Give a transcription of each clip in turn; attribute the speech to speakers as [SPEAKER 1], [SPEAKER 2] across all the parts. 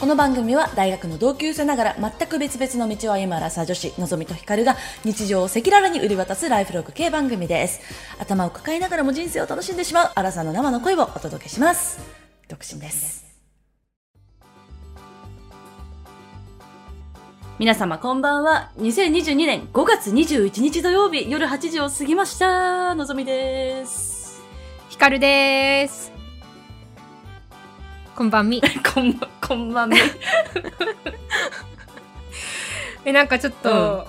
[SPEAKER 1] この番組は大学の同級生ながら全く別々の道を歩むアラサー女子のぞみとひかるが日常を赤裸々に売り渡すライフログ系番組です頭を抱えながらも人生を楽しんでしまうアラサーの生の声をお届けします独身です皆様こんばんは2022年5月21日土曜日夜8時を過ぎましたのぞみです
[SPEAKER 2] ひかるです。こんばん み。
[SPEAKER 1] こんばんこんばんみ
[SPEAKER 2] え、なんかちょっと、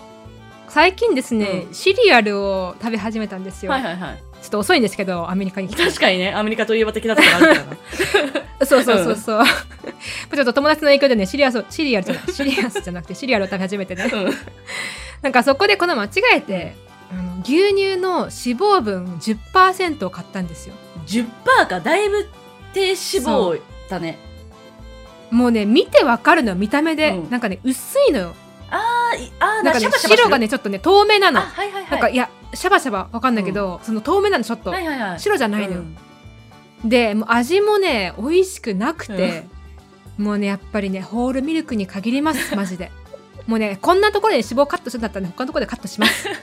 [SPEAKER 2] 最近ですね、シリアルを食べ始めたんですよ、
[SPEAKER 1] はいはいはい
[SPEAKER 2] ちょっと遅いんですけど、アメリカに来て。
[SPEAKER 1] 確かにねアメリカといえば的なところあるからな
[SPEAKER 2] そうそうそう そう。ちょっと友達の影響でね、シリアスを、シリアルじゃない、シリアスじゃなくて、シリアルを食べ始めてね。
[SPEAKER 1] うん
[SPEAKER 2] なんかそこでこの間違えて、あの牛乳の脂肪分10%を買ったんですよ。
[SPEAKER 1] 10%かだいぶ低脂肪だね
[SPEAKER 2] もうね、見てわかるのよ、見た目で。
[SPEAKER 1] うん
[SPEAKER 2] なんかね、薄いのよ。
[SPEAKER 1] あーいあー
[SPEAKER 2] なんか
[SPEAKER 1] シ
[SPEAKER 2] ね
[SPEAKER 1] ャ、バシャバしてる
[SPEAKER 2] 白がね、ちょっとね、透明な
[SPEAKER 1] あ
[SPEAKER 2] の。
[SPEAKER 1] はいはい
[SPEAKER 2] な
[SPEAKER 1] は
[SPEAKER 2] ん
[SPEAKER 1] い
[SPEAKER 2] か、いや、シャバシャバわかんないけど、その透明なの、ちょっと。
[SPEAKER 1] はいはいはい
[SPEAKER 2] 白じゃないのよ、でもう味もね美味しくなくて、もうねやっぱりねホールミルクに限り ますマジでもうねこんなところで脂肪カットするんだったらね他のところでカットしますっ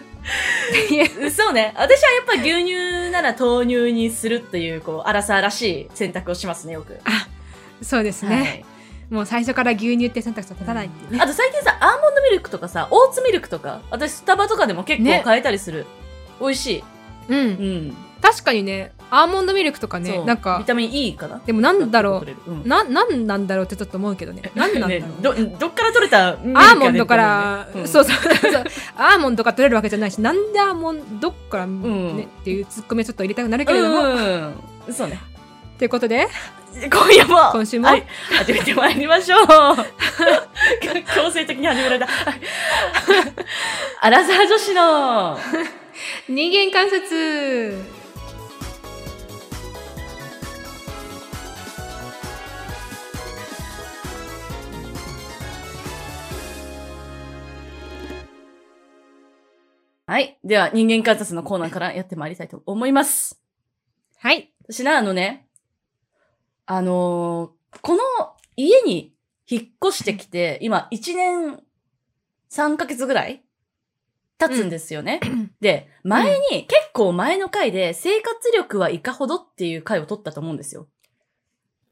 [SPEAKER 2] ていう
[SPEAKER 1] うんそうね私はやっぱ牛乳なら豆乳にするっていうこう荒さらしい選択をしますねよく
[SPEAKER 2] そうですね、もう最初から牛乳って選択肢は立たないっていうね、
[SPEAKER 1] あと最近さアーモンドミルクとかさオーツミルクとか私スタバとかでも結構
[SPEAKER 2] ね
[SPEAKER 1] 買えたりする、美味し
[SPEAKER 2] う
[SPEAKER 1] いうんん
[SPEAKER 2] 確かにねアーモンドミルクとか
[SPEAKER 1] そ
[SPEAKER 2] ね
[SPEAKER 1] う
[SPEAKER 2] なん
[SPEAKER 1] ビ
[SPEAKER 2] か
[SPEAKER 1] タミン E かな
[SPEAKER 2] でもなんだろ
[SPEAKER 1] 取れるうん
[SPEAKER 2] うななんなんだろうってちょっと思うけど ねなんなんだろう、
[SPEAKER 1] ねどどっから取れたミルク
[SPEAKER 2] ア
[SPEAKER 1] や
[SPEAKER 2] ー
[SPEAKER 1] ねん
[SPEAKER 2] モンドから
[SPEAKER 1] っ、て思うよねうん
[SPEAKER 2] そうそうそうアーモンドが取れるわけじゃないしなんでアーモンドから、ね
[SPEAKER 1] ん
[SPEAKER 2] っていうツッコミをちょっと入れたくなるけれども、
[SPEAKER 1] うんそうね
[SPEAKER 2] ということで
[SPEAKER 1] 今夜も
[SPEAKER 2] 今週も
[SPEAKER 1] はい、始めてまいりまし ょう強制的に始められたはいアラサー女子の
[SPEAKER 2] 人間観察
[SPEAKER 1] はいでは人間観察のコーナーからやってまいりたいと思います
[SPEAKER 2] はい
[SPEAKER 1] 私なあのねあのーこの家に引っ越してきて今1年3ヶ月ぐらい経つんですよね、で前に、結構前の回で生活力はいかほどっていう回を取ったと思うんですよ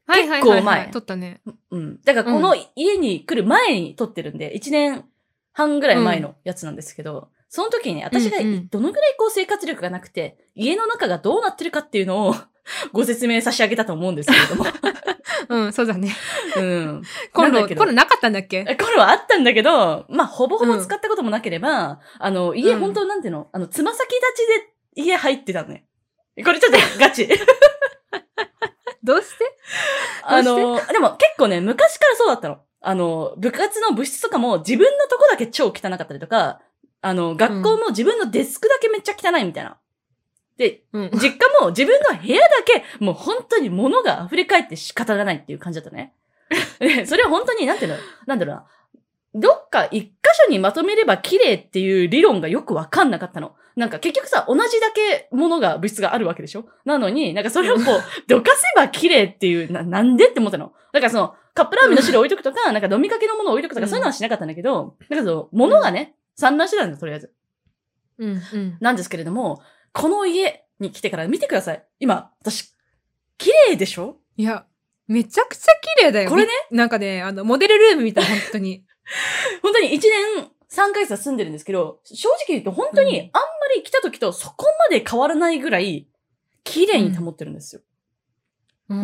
[SPEAKER 2] はいはい
[SPEAKER 1] 結
[SPEAKER 2] は
[SPEAKER 1] 構
[SPEAKER 2] い、は
[SPEAKER 1] 前
[SPEAKER 2] い、撮ったね
[SPEAKER 1] うん。だからこの家に来る前に撮ってるんで、1年半ぐらい前のやつなんですけど、その時に私が
[SPEAKER 2] うんうん
[SPEAKER 1] どのぐらいこう生活力がなくて、家の中がどうなってるかっていうのを ご説明差し上げたと思うんですけれども。
[SPEAKER 2] うん そうだね
[SPEAKER 1] うん。
[SPEAKER 2] コン
[SPEAKER 1] なん
[SPEAKER 2] ロ
[SPEAKER 1] だけ
[SPEAKER 2] コ
[SPEAKER 1] ど
[SPEAKER 2] ンロ なかったんだっけ
[SPEAKER 1] これはあったんだけど、まあ、ほぼほぼ使ったこともなければ、あの、家、
[SPEAKER 2] うん
[SPEAKER 1] 本当なんていうのあの、つま先立ちで家入ってたのね。これちょっとガチ。
[SPEAKER 2] どうして
[SPEAKER 1] あの、でも結構ね、昔からそうだったの。あの、部活の部室とかも自分のとこだけ超汚かったりとか、あの、学校も自分のデスクだけめっちゃ汚いみたいな。で、
[SPEAKER 2] うん
[SPEAKER 1] 実家も自分の部屋だけ、もう本当に物が溢れ返って仕方がないっていう感じだったね。でそれは本当に、なんていうの、なんだろうな。どっか一箇所にまとめれば綺麗っていう理論がよくわかんなかったの。なんか結局さ、同じだけ物が、物質があるわけでしょなのに、なんかそれをこう、どかせば綺麗っていう、な、なんでって思ったの。だからその、カップラーメンの汁置いとくとか、なんか飲みかけのもの置いとくとか、
[SPEAKER 2] うん
[SPEAKER 1] そういうのはしなかったんだけど、なんかその、物がね、散乱してたんだよ、とりあえず。
[SPEAKER 2] うんうん
[SPEAKER 1] なんですけれども、この家に来てから見てください。今、私、綺麗でしょ
[SPEAKER 2] いやめちゃくちゃ綺麗だよ
[SPEAKER 1] これね
[SPEAKER 2] みなんかねあのモデルルームみたい本当に
[SPEAKER 1] 本当に1年3ヶ月は住んでるんですけど、正直言うと本当にあ
[SPEAKER 2] うん
[SPEAKER 1] んまり来た時とそこまで変わらないぐらい、綺麗に保ってるんですよ。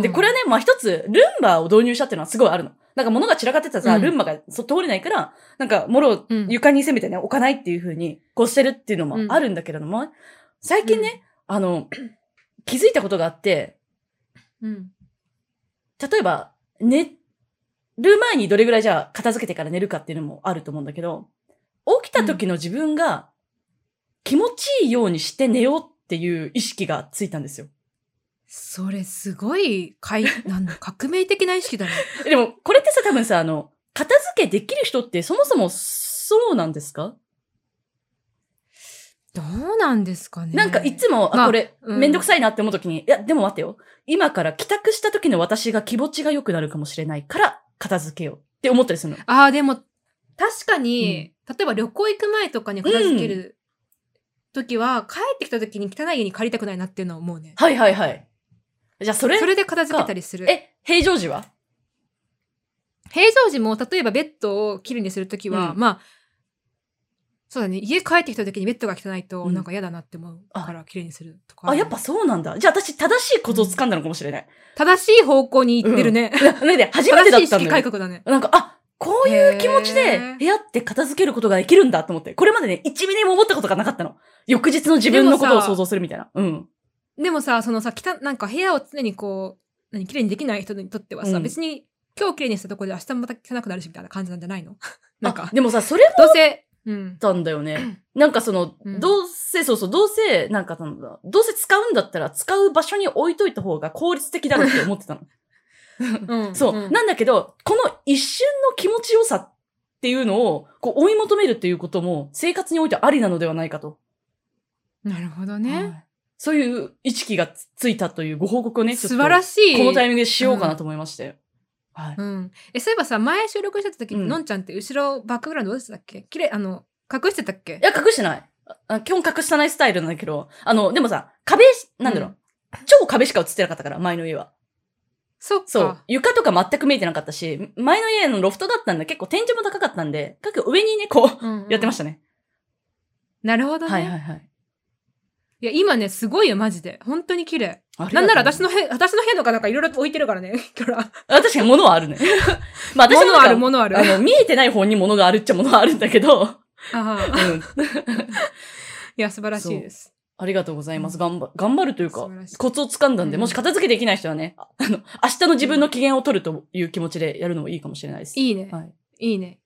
[SPEAKER 1] で、これは
[SPEAKER 2] ね
[SPEAKER 1] ね、まあ一つ、ルンバを導入したっていうのはすごいあるの。なんか物が散らかってたらさ、
[SPEAKER 2] うん
[SPEAKER 1] ルンバがそ通れないから、なんか、もろ、
[SPEAKER 2] うん
[SPEAKER 1] 床にせめてね、置かないっていう風に、こうしてるっていうのもあるんだけれども、最近ね、あの、気づいたことがあって、
[SPEAKER 2] うん
[SPEAKER 1] 例えば、寝る前にどれぐらいじゃあ片付けてから寝るかっていうのもあると思うんだけど、起きた時の自分が気持ちいいようにして寝ようっていう意識がついたんですよ。
[SPEAKER 2] それすごいかいなんだ革命的な意識だね
[SPEAKER 1] でも、これってさ、多分さ、あの、片付けできる人ってそもそもそうなんですか、
[SPEAKER 2] どうなんですかね
[SPEAKER 1] なんかいつも、
[SPEAKER 2] ま
[SPEAKER 1] あ、
[SPEAKER 2] あ
[SPEAKER 1] これ、
[SPEAKER 2] うん
[SPEAKER 1] めんどくさいなって思う時に、いや、でも待ってよ。今から帰宅した時の私が気持ちが良くなるかもしれないから、片付けようって思ったりするの。
[SPEAKER 2] ああ、でも、確かに、例えば旅行行く前とかに片付ける時は、帰ってきた時に汚い家に帰りたくないなっていうのは思うね。
[SPEAKER 1] はいはいはい。じゃあそれ、
[SPEAKER 2] それで片付けたりする。
[SPEAKER 1] え、平常時は
[SPEAKER 2] 平常時も、例えばベッドを切るにする時は、
[SPEAKER 1] うん
[SPEAKER 2] まあ、そうだね、家帰ってきた時にベッドが汚いと、
[SPEAKER 1] うん
[SPEAKER 2] なんか嫌だなって思うから、綺麗にするとか。
[SPEAKER 1] あ、やっぱそうなんだ。じゃあ私正しいことを掴んだのかもしれ ない。
[SPEAKER 2] 正しい方向に行ってるね。
[SPEAKER 1] いやなんで初めてだ
[SPEAKER 2] 正
[SPEAKER 1] っ
[SPEAKER 2] しい意
[SPEAKER 1] たん
[SPEAKER 2] 識
[SPEAKER 1] だ
[SPEAKER 2] 改
[SPEAKER 1] よ。
[SPEAKER 2] 革だね。
[SPEAKER 1] なんか、あ、こういう
[SPEAKER 2] いう
[SPEAKER 1] 気持ちで部屋って片付けることができるんだと思って、これまでね、1ミリも思ったことがなかったの。翌日の自分のことを想像するみたいな。うん。
[SPEAKER 2] でもさ、そのさ、汚なんか部屋を常にこう、何、綺麗にできない人にとってはさ、
[SPEAKER 1] うん
[SPEAKER 2] 別に今日綺麗にしたところで明日また汚くなるしみたいな感じなんじゃな いのなん
[SPEAKER 1] あ
[SPEAKER 2] か、
[SPEAKER 1] でもさ、それも
[SPEAKER 2] どうせ、うん。
[SPEAKER 1] たんだよね。なんかその、
[SPEAKER 2] うん
[SPEAKER 1] どうせ、そうそう、どうせ、なんかなんだ、どうせ使うんだったら、使う場所に置いといた方が効率的だろうって思ってたの。
[SPEAKER 2] うん
[SPEAKER 1] そう、
[SPEAKER 2] ん
[SPEAKER 1] なんだけど、この一瞬の気持ちよさっていうのを、こう追い求めるっていうことも、生活においてありなのではないかと。
[SPEAKER 2] なるほどね。
[SPEAKER 1] はいそういう意識がつついたというご報告をね、
[SPEAKER 2] 素晴ら
[SPEAKER 1] し
[SPEAKER 2] しい。
[SPEAKER 1] いこのタイミングでしようかなと思いまして。はい。
[SPEAKER 2] うん。え、そういえばさ、前収録してた時に、
[SPEAKER 1] うん
[SPEAKER 2] のんちゃんって後ろバックグラウンドどうしてたっけ綺麗、あの、隠してたっけ
[SPEAKER 1] いや、隠してない。あ基本隠さないスタイルなんだけど、あの、でもさ、壁、なんだろう、超壁しか映ってなかったから、前の家は。
[SPEAKER 2] そっか。
[SPEAKER 1] そう。床とか全く見えてなかったし、前の家のロフトだったんで、結構天井も高かったんで、各上にね、こう、
[SPEAKER 2] うんうん
[SPEAKER 1] やってましたね。
[SPEAKER 2] なるほどね。
[SPEAKER 1] はい
[SPEAKER 2] い
[SPEAKER 1] はいはい。
[SPEAKER 2] や、今ね、すごいよ、マジで。本当に綺麗。
[SPEAKER 1] ありがとう
[SPEAKER 2] なんなら私の部屋、私の部屋とかなんかいろいろ置いてるからね。 から。
[SPEAKER 1] あ確かに物はある ね。まあ私
[SPEAKER 2] 物
[SPEAKER 1] も
[SPEAKER 2] ある、物ある。
[SPEAKER 1] あの、見えてない方に物があるっちゃ物はあるんだけ ど、うん。
[SPEAKER 2] ああいや、素晴らしいです。
[SPEAKER 1] ありがとうございます。頑張、頑張るというか
[SPEAKER 2] 素晴らしい、
[SPEAKER 1] コツを掴んだんで、
[SPEAKER 2] うん
[SPEAKER 1] もし片付けできない人はね、ああの、明日の自分の機嫌を取るという気持ちでやるのもいいかもしれないです。い。
[SPEAKER 2] いいね、
[SPEAKER 1] はい。
[SPEAKER 2] い。いね。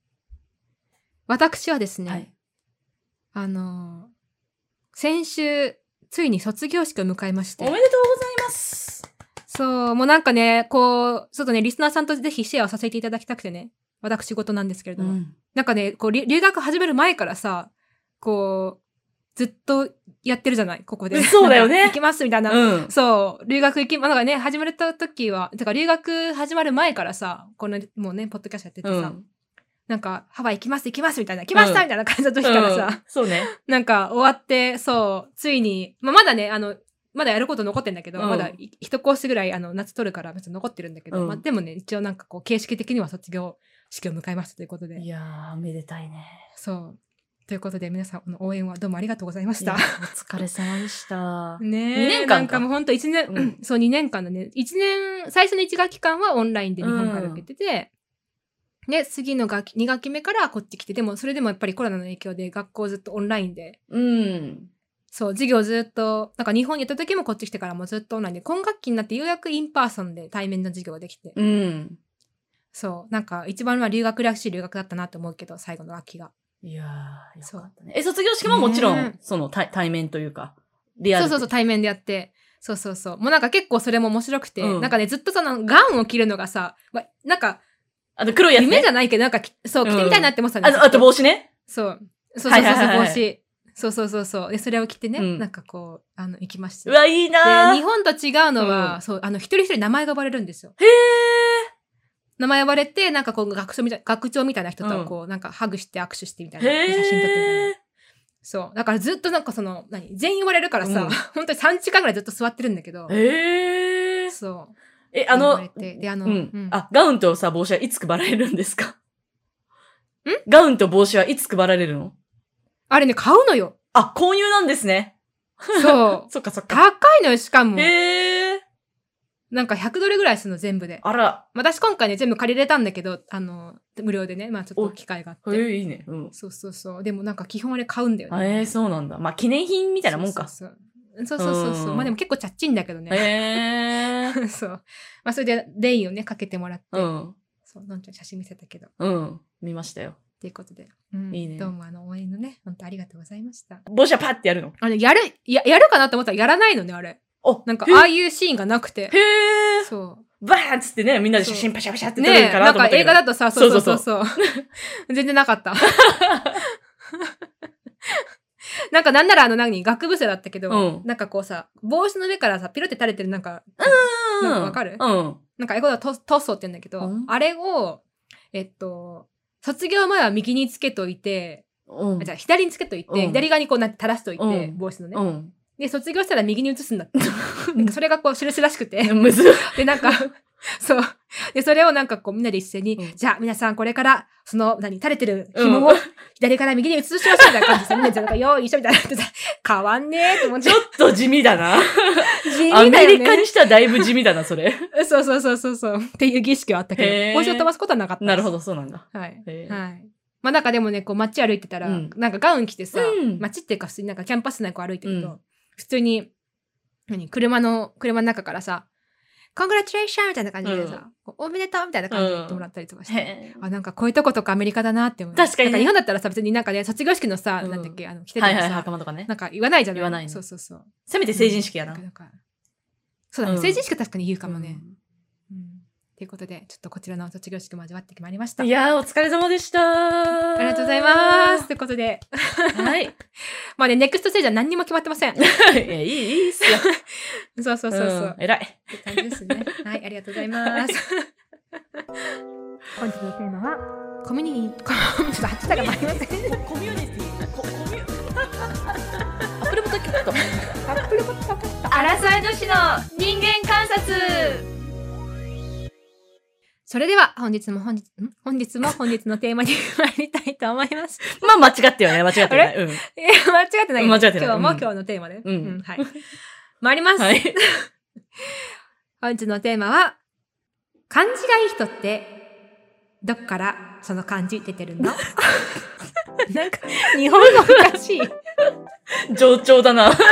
[SPEAKER 2] 私はですね、
[SPEAKER 1] はい
[SPEAKER 2] あのー先週、ついに卒業式を迎えまし
[SPEAKER 1] おめ
[SPEAKER 2] て。
[SPEAKER 1] でとうございます。
[SPEAKER 2] そう、もうなんかね、こう、ちょっとね、リスナーさんとぜひシェアをさせていただきたくてね、私事なんですけれども。
[SPEAKER 1] ん。
[SPEAKER 2] なんかね、こう、り留学始める前からさ、こう、ずっとやってるじゃない、ここで。
[SPEAKER 1] そうだよね
[SPEAKER 2] なんか行きますみたいな
[SPEAKER 1] うん。
[SPEAKER 2] そう、留学行き、まあ、なんかね、始まった時は、てか留学始まる前からさ、この、もうね、ポッドキャストやっててさ、
[SPEAKER 1] うん
[SPEAKER 2] なんか、ハワイ行きます行きますみたいな、来ました
[SPEAKER 1] うん
[SPEAKER 2] みたいな感じの時からさ、
[SPEAKER 1] うんそうね。
[SPEAKER 2] なんか終わって、そう、ついに、まあ、まだね、あの、まだやること残ってんだけど、
[SPEAKER 1] うん
[SPEAKER 2] まだい一コースぐらい、あの、夏取るから別に残ってるんだけど、
[SPEAKER 1] うん
[SPEAKER 2] まあ、でもね、一応なんかこう、形式的には卒業式を迎えましたということで
[SPEAKER 1] い、やー、めでたいね。
[SPEAKER 2] そう。ということで、皆さん、この応援はどうもありがとうございまし
[SPEAKER 1] いや
[SPEAKER 2] た
[SPEAKER 1] お。疲れ様でした。
[SPEAKER 2] ね
[SPEAKER 1] 二
[SPEAKER 2] え
[SPEAKER 1] 年間か
[SPEAKER 2] なんかもうほんと1年、
[SPEAKER 1] うん
[SPEAKER 2] うんそう2年間だね。一年、最初の1学期間はオンラインで日本から受けてて、で、次の学期、2学期目からこっち来て、でもそれでもやっぱりコロナの影響で学校ずっとオンラインで、
[SPEAKER 1] うん。
[SPEAKER 2] そう、授業ずっと、なんか日本に行った時もこっち来てからもずっとオンラインで、今学期になってようやくインパーソンで対面の授業ができて、
[SPEAKER 1] うん。
[SPEAKER 2] そう、なんか一番は留学らしい留学だったなと思うけど、最後の学期が。
[SPEAKER 1] いやー、よ
[SPEAKER 2] そ
[SPEAKER 1] か
[SPEAKER 2] う
[SPEAKER 1] ったね。え、卒業式ももちろん、
[SPEAKER 2] ね
[SPEAKER 1] その対対面というか、リアル
[SPEAKER 2] そ
[SPEAKER 1] で。
[SPEAKER 2] うそうそう、対面でやって。そうそうそう。もうなんか結構それも面白くて、
[SPEAKER 1] うん
[SPEAKER 2] なんかね、ずっとその、ガンを切るのがさ、まあ、なんか、
[SPEAKER 1] あの、黒いやつ、ね。
[SPEAKER 2] 夢じゃないけど、なんかき、そう、
[SPEAKER 1] うん
[SPEAKER 2] 着てみたいなって思ってた
[SPEAKER 1] あ
[SPEAKER 2] んです
[SPEAKER 1] のあと帽子ね。
[SPEAKER 2] そう。そう
[SPEAKER 1] はいうはい
[SPEAKER 2] そそう、
[SPEAKER 1] はいはい
[SPEAKER 2] 帽子。そうそうそうそう。で、それを着てね、
[SPEAKER 1] うん
[SPEAKER 2] なんかこう、あの、行きました。
[SPEAKER 1] う
[SPEAKER 2] で、
[SPEAKER 1] わ、いいなー。
[SPEAKER 2] 日本と違うのは、
[SPEAKER 1] うん
[SPEAKER 2] そう、あの、一人一人名前が呼ばれるんですよ。
[SPEAKER 1] へ
[SPEAKER 2] 名前呼ばれて、なんかこう、学長みたい、学長みたいな人とこう、なんかハグして握手してみたい
[SPEAKER 1] ー。
[SPEAKER 2] な、写真撮ってみたい
[SPEAKER 1] へー
[SPEAKER 2] な。。そう。だからずっとなんかその、何全員呼ばれるからさ、
[SPEAKER 1] うん
[SPEAKER 2] 本当に3時間ぐらいずっと座ってるんだけど、
[SPEAKER 1] へー。
[SPEAKER 2] そう。
[SPEAKER 1] え、あ
[SPEAKER 2] 呼ば
[SPEAKER 1] の
[SPEAKER 2] れ、てで、あの、
[SPEAKER 1] うん、
[SPEAKER 2] うん
[SPEAKER 1] あ、ガウンとさ、帽子はいつ配られるんですかガウンと帽子はいつ配られるの
[SPEAKER 2] あれね、買うのよ。
[SPEAKER 1] あ、購入なんですね。
[SPEAKER 2] そう。
[SPEAKER 1] そっかそっか。
[SPEAKER 2] 高いのよ、しかも。
[SPEAKER 1] へー。
[SPEAKER 2] なんか100ドルぐらいするの、全部で。
[SPEAKER 1] あら、
[SPEAKER 2] まあ私今回ね、全部借りれたんだけど、あの、無料でね、まあちょっと機会があっ
[SPEAKER 1] へ
[SPEAKER 2] て。
[SPEAKER 1] ー、いいね。うん。
[SPEAKER 2] そうそうそう。でもなんか基本あれ買うんだよね。
[SPEAKER 1] えー、そうなんだ。まあ、記念品みたいなもんか。
[SPEAKER 2] そうそうそうそうそうそうそうう。
[SPEAKER 1] ん
[SPEAKER 2] まあでも結構ちゃっちいんだけどね。
[SPEAKER 1] へー。
[SPEAKER 2] そう。まあそれで、レインをね、かけてもらって。
[SPEAKER 1] うん。
[SPEAKER 2] そう、のんちゃん写真見せたけど。っ
[SPEAKER 1] うん。見ましたよ。
[SPEAKER 2] ていうことで。うん
[SPEAKER 1] いいね
[SPEAKER 2] どうもあの、応援のね、本当ありがとうございました。
[SPEAKER 1] 帽子はパッてやるの。
[SPEAKER 2] あの、やる、や、やるかなと思ったらやらないのね、あれ。
[SPEAKER 1] お
[SPEAKER 2] なんか、
[SPEAKER 1] へ
[SPEAKER 2] ああいうシーンがなくて。
[SPEAKER 1] へー。
[SPEAKER 2] そう。
[SPEAKER 1] バーンっつってね、みんなで写真パシャパシャって撮る
[SPEAKER 2] ね
[SPEAKER 1] ん
[SPEAKER 2] え、
[SPEAKER 1] か
[SPEAKER 2] な
[SPEAKER 1] なんと思
[SPEAKER 2] か
[SPEAKER 1] ったけ
[SPEAKER 2] 映
[SPEAKER 1] ど。
[SPEAKER 2] 画だとさ、そうそうそうそう。全然なかった。なんかなんならあの何学部生だったけど、
[SPEAKER 1] うん
[SPEAKER 2] なんかこうさ、帽子の上からさ、ピロって垂れてるなんか、
[SPEAKER 1] うん
[SPEAKER 2] なんかわかる
[SPEAKER 1] うん。
[SPEAKER 2] なんか英語ではトトッソって言うんだけど、
[SPEAKER 1] うん
[SPEAKER 2] あれを、えっと、卒業前は右につけといて、
[SPEAKER 1] うん
[SPEAKER 2] あじゃあ左につけといて、
[SPEAKER 1] うん
[SPEAKER 2] 左側にこうなって垂らしといて、
[SPEAKER 1] うん
[SPEAKER 2] 帽子のね、
[SPEAKER 1] うん。
[SPEAKER 2] で、卒業したら右に移 すんだって。なんかそれがこう印らしくて。
[SPEAKER 1] むずっ。
[SPEAKER 2] で、なんか、そう。で、それをなんかこうみんなで一斉に、
[SPEAKER 1] うん
[SPEAKER 2] じゃあ皆さんこれから、その、何、垂れてる
[SPEAKER 1] うん
[SPEAKER 2] 紐を左から右に移しましょうみたいな感じで、みんなでなんか、よーいしょみたいなってさ、変わんねえと思って
[SPEAKER 1] ちょ。っと地味だな。
[SPEAKER 2] 地味だ
[SPEAKER 1] ア
[SPEAKER 2] よね
[SPEAKER 1] メリカにしてはだいぶ地味だな、それ。
[SPEAKER 2] そうそうそうそうそう。っていう儀式はあった
[SPEAKER 1] へ
[SPEAKER 2] け
[SPEAKER 1] ー
[SPEAKER 2] ど、帽子を飛ばすことはなかった。
[SPEAKER 1] なるほ。ど、そうなんだ。
[SPEAKER 2] はい。
[SPEAKER 1] へー
[SPEAKER 2] はい。まあなんかでもね、こう街歩いてたら、
[SPEAKER 1] うん
[SPEAKER 2] なんかガウン着てさ、
[SPEAKER 1] うん
[SPEAKER 2] 街っていうか普通になんかキャンパス内こう歩いてると、
[SPEAKER 1] うん
[SPEAKER 2] 普通に、何、車の、車の中からさ、コングラチュレーションみたいな感じでさ、こうおめでとうみたいな感じで言ってもらったりとかして、
[SPEAKER 1] へー
[SPEAKER 2] あ、なんかこういうとことかアメリカだなって思う。
[SPEAKER 1] 確かにね
[SPEAKER 2] なん日本だったらさ、別になんかね、卒業式のさ、
[SPEAKER 1] うん
[SPEAKER 2] なんだっけ、あの、着てた
[SPEAKER 1] は
[SPEAKER 2] ら
[SPEAKER 1] い
[SPEAKER 2] さ、
[SPEAKER 1] はい、袴とかね
[SPEAKER 2] な。んか言わないじゃない
[SPEAKER 1] 言わないね
[SPEAKER 2] そうそうそう。
[SPEAKER 1] せめて成人式やな。
[SPEAKER 2] んかそうだね、
[SPEAKER 1] うん
[SPEAKER 2] 成人式は確かに言うかもね。
[SPEAKER 1] う
[SPEAKER 2] うんということで、ちょっとこちらの卒業式も味わってまいりました。
[SPEAKER 1] んい
[SPEAKER 2] あ
[SPEAKER 1] やー、お疲れ様でした。あ
[SPEAKER 2] りがとうございます。。ということで、
[SPEAKER 1] はい。
[SPEAKER 2] まあね、ネクストステージは何にも決まってませ ん。
[SPEAKER 1] いや、いい、いいっすよ。
[SPEAKER 2] そうそうそうそう。
[SPEAKER 1] ん偉い。
[SPEAKER 2] って感じですね。はい、ありがとうございます。本日のテーマは、コミュニティ、コミュニ ティ、ちょっとハッシュタグもありません。
[SPEAKER 1] コミュニティ。コミュニティ。アップルポッドキャスト。
[SPEAKER 2] アップルポッドキャスト
[SPEAKER 3] アラサー女子の人間観察
[SPEAKER 2] それでは、本日も本日、ん本日も本日のテーマに参りたいと思います。
[SPEAKER 1] まあ、間違ってよね。間違ってない。うん。
[SPEAKER 2] え、間違ってない
[SPEAKER 1] 間違ってない
[SPEAKER 2] 今日も
[SPEAKER 1] うん
[SPEAKER 2] 今日のテーマで。
[SPEAKER 1] うん
[SPEAKER 2] はい。参ります。
[SPEAKER 1] はい。
[SPEAKER 2] 本日のテーマは、漢字がいい人って、どっからその漢字出て るのなんか、日本語おかしい。
[SPEAKER 1] 上調だな。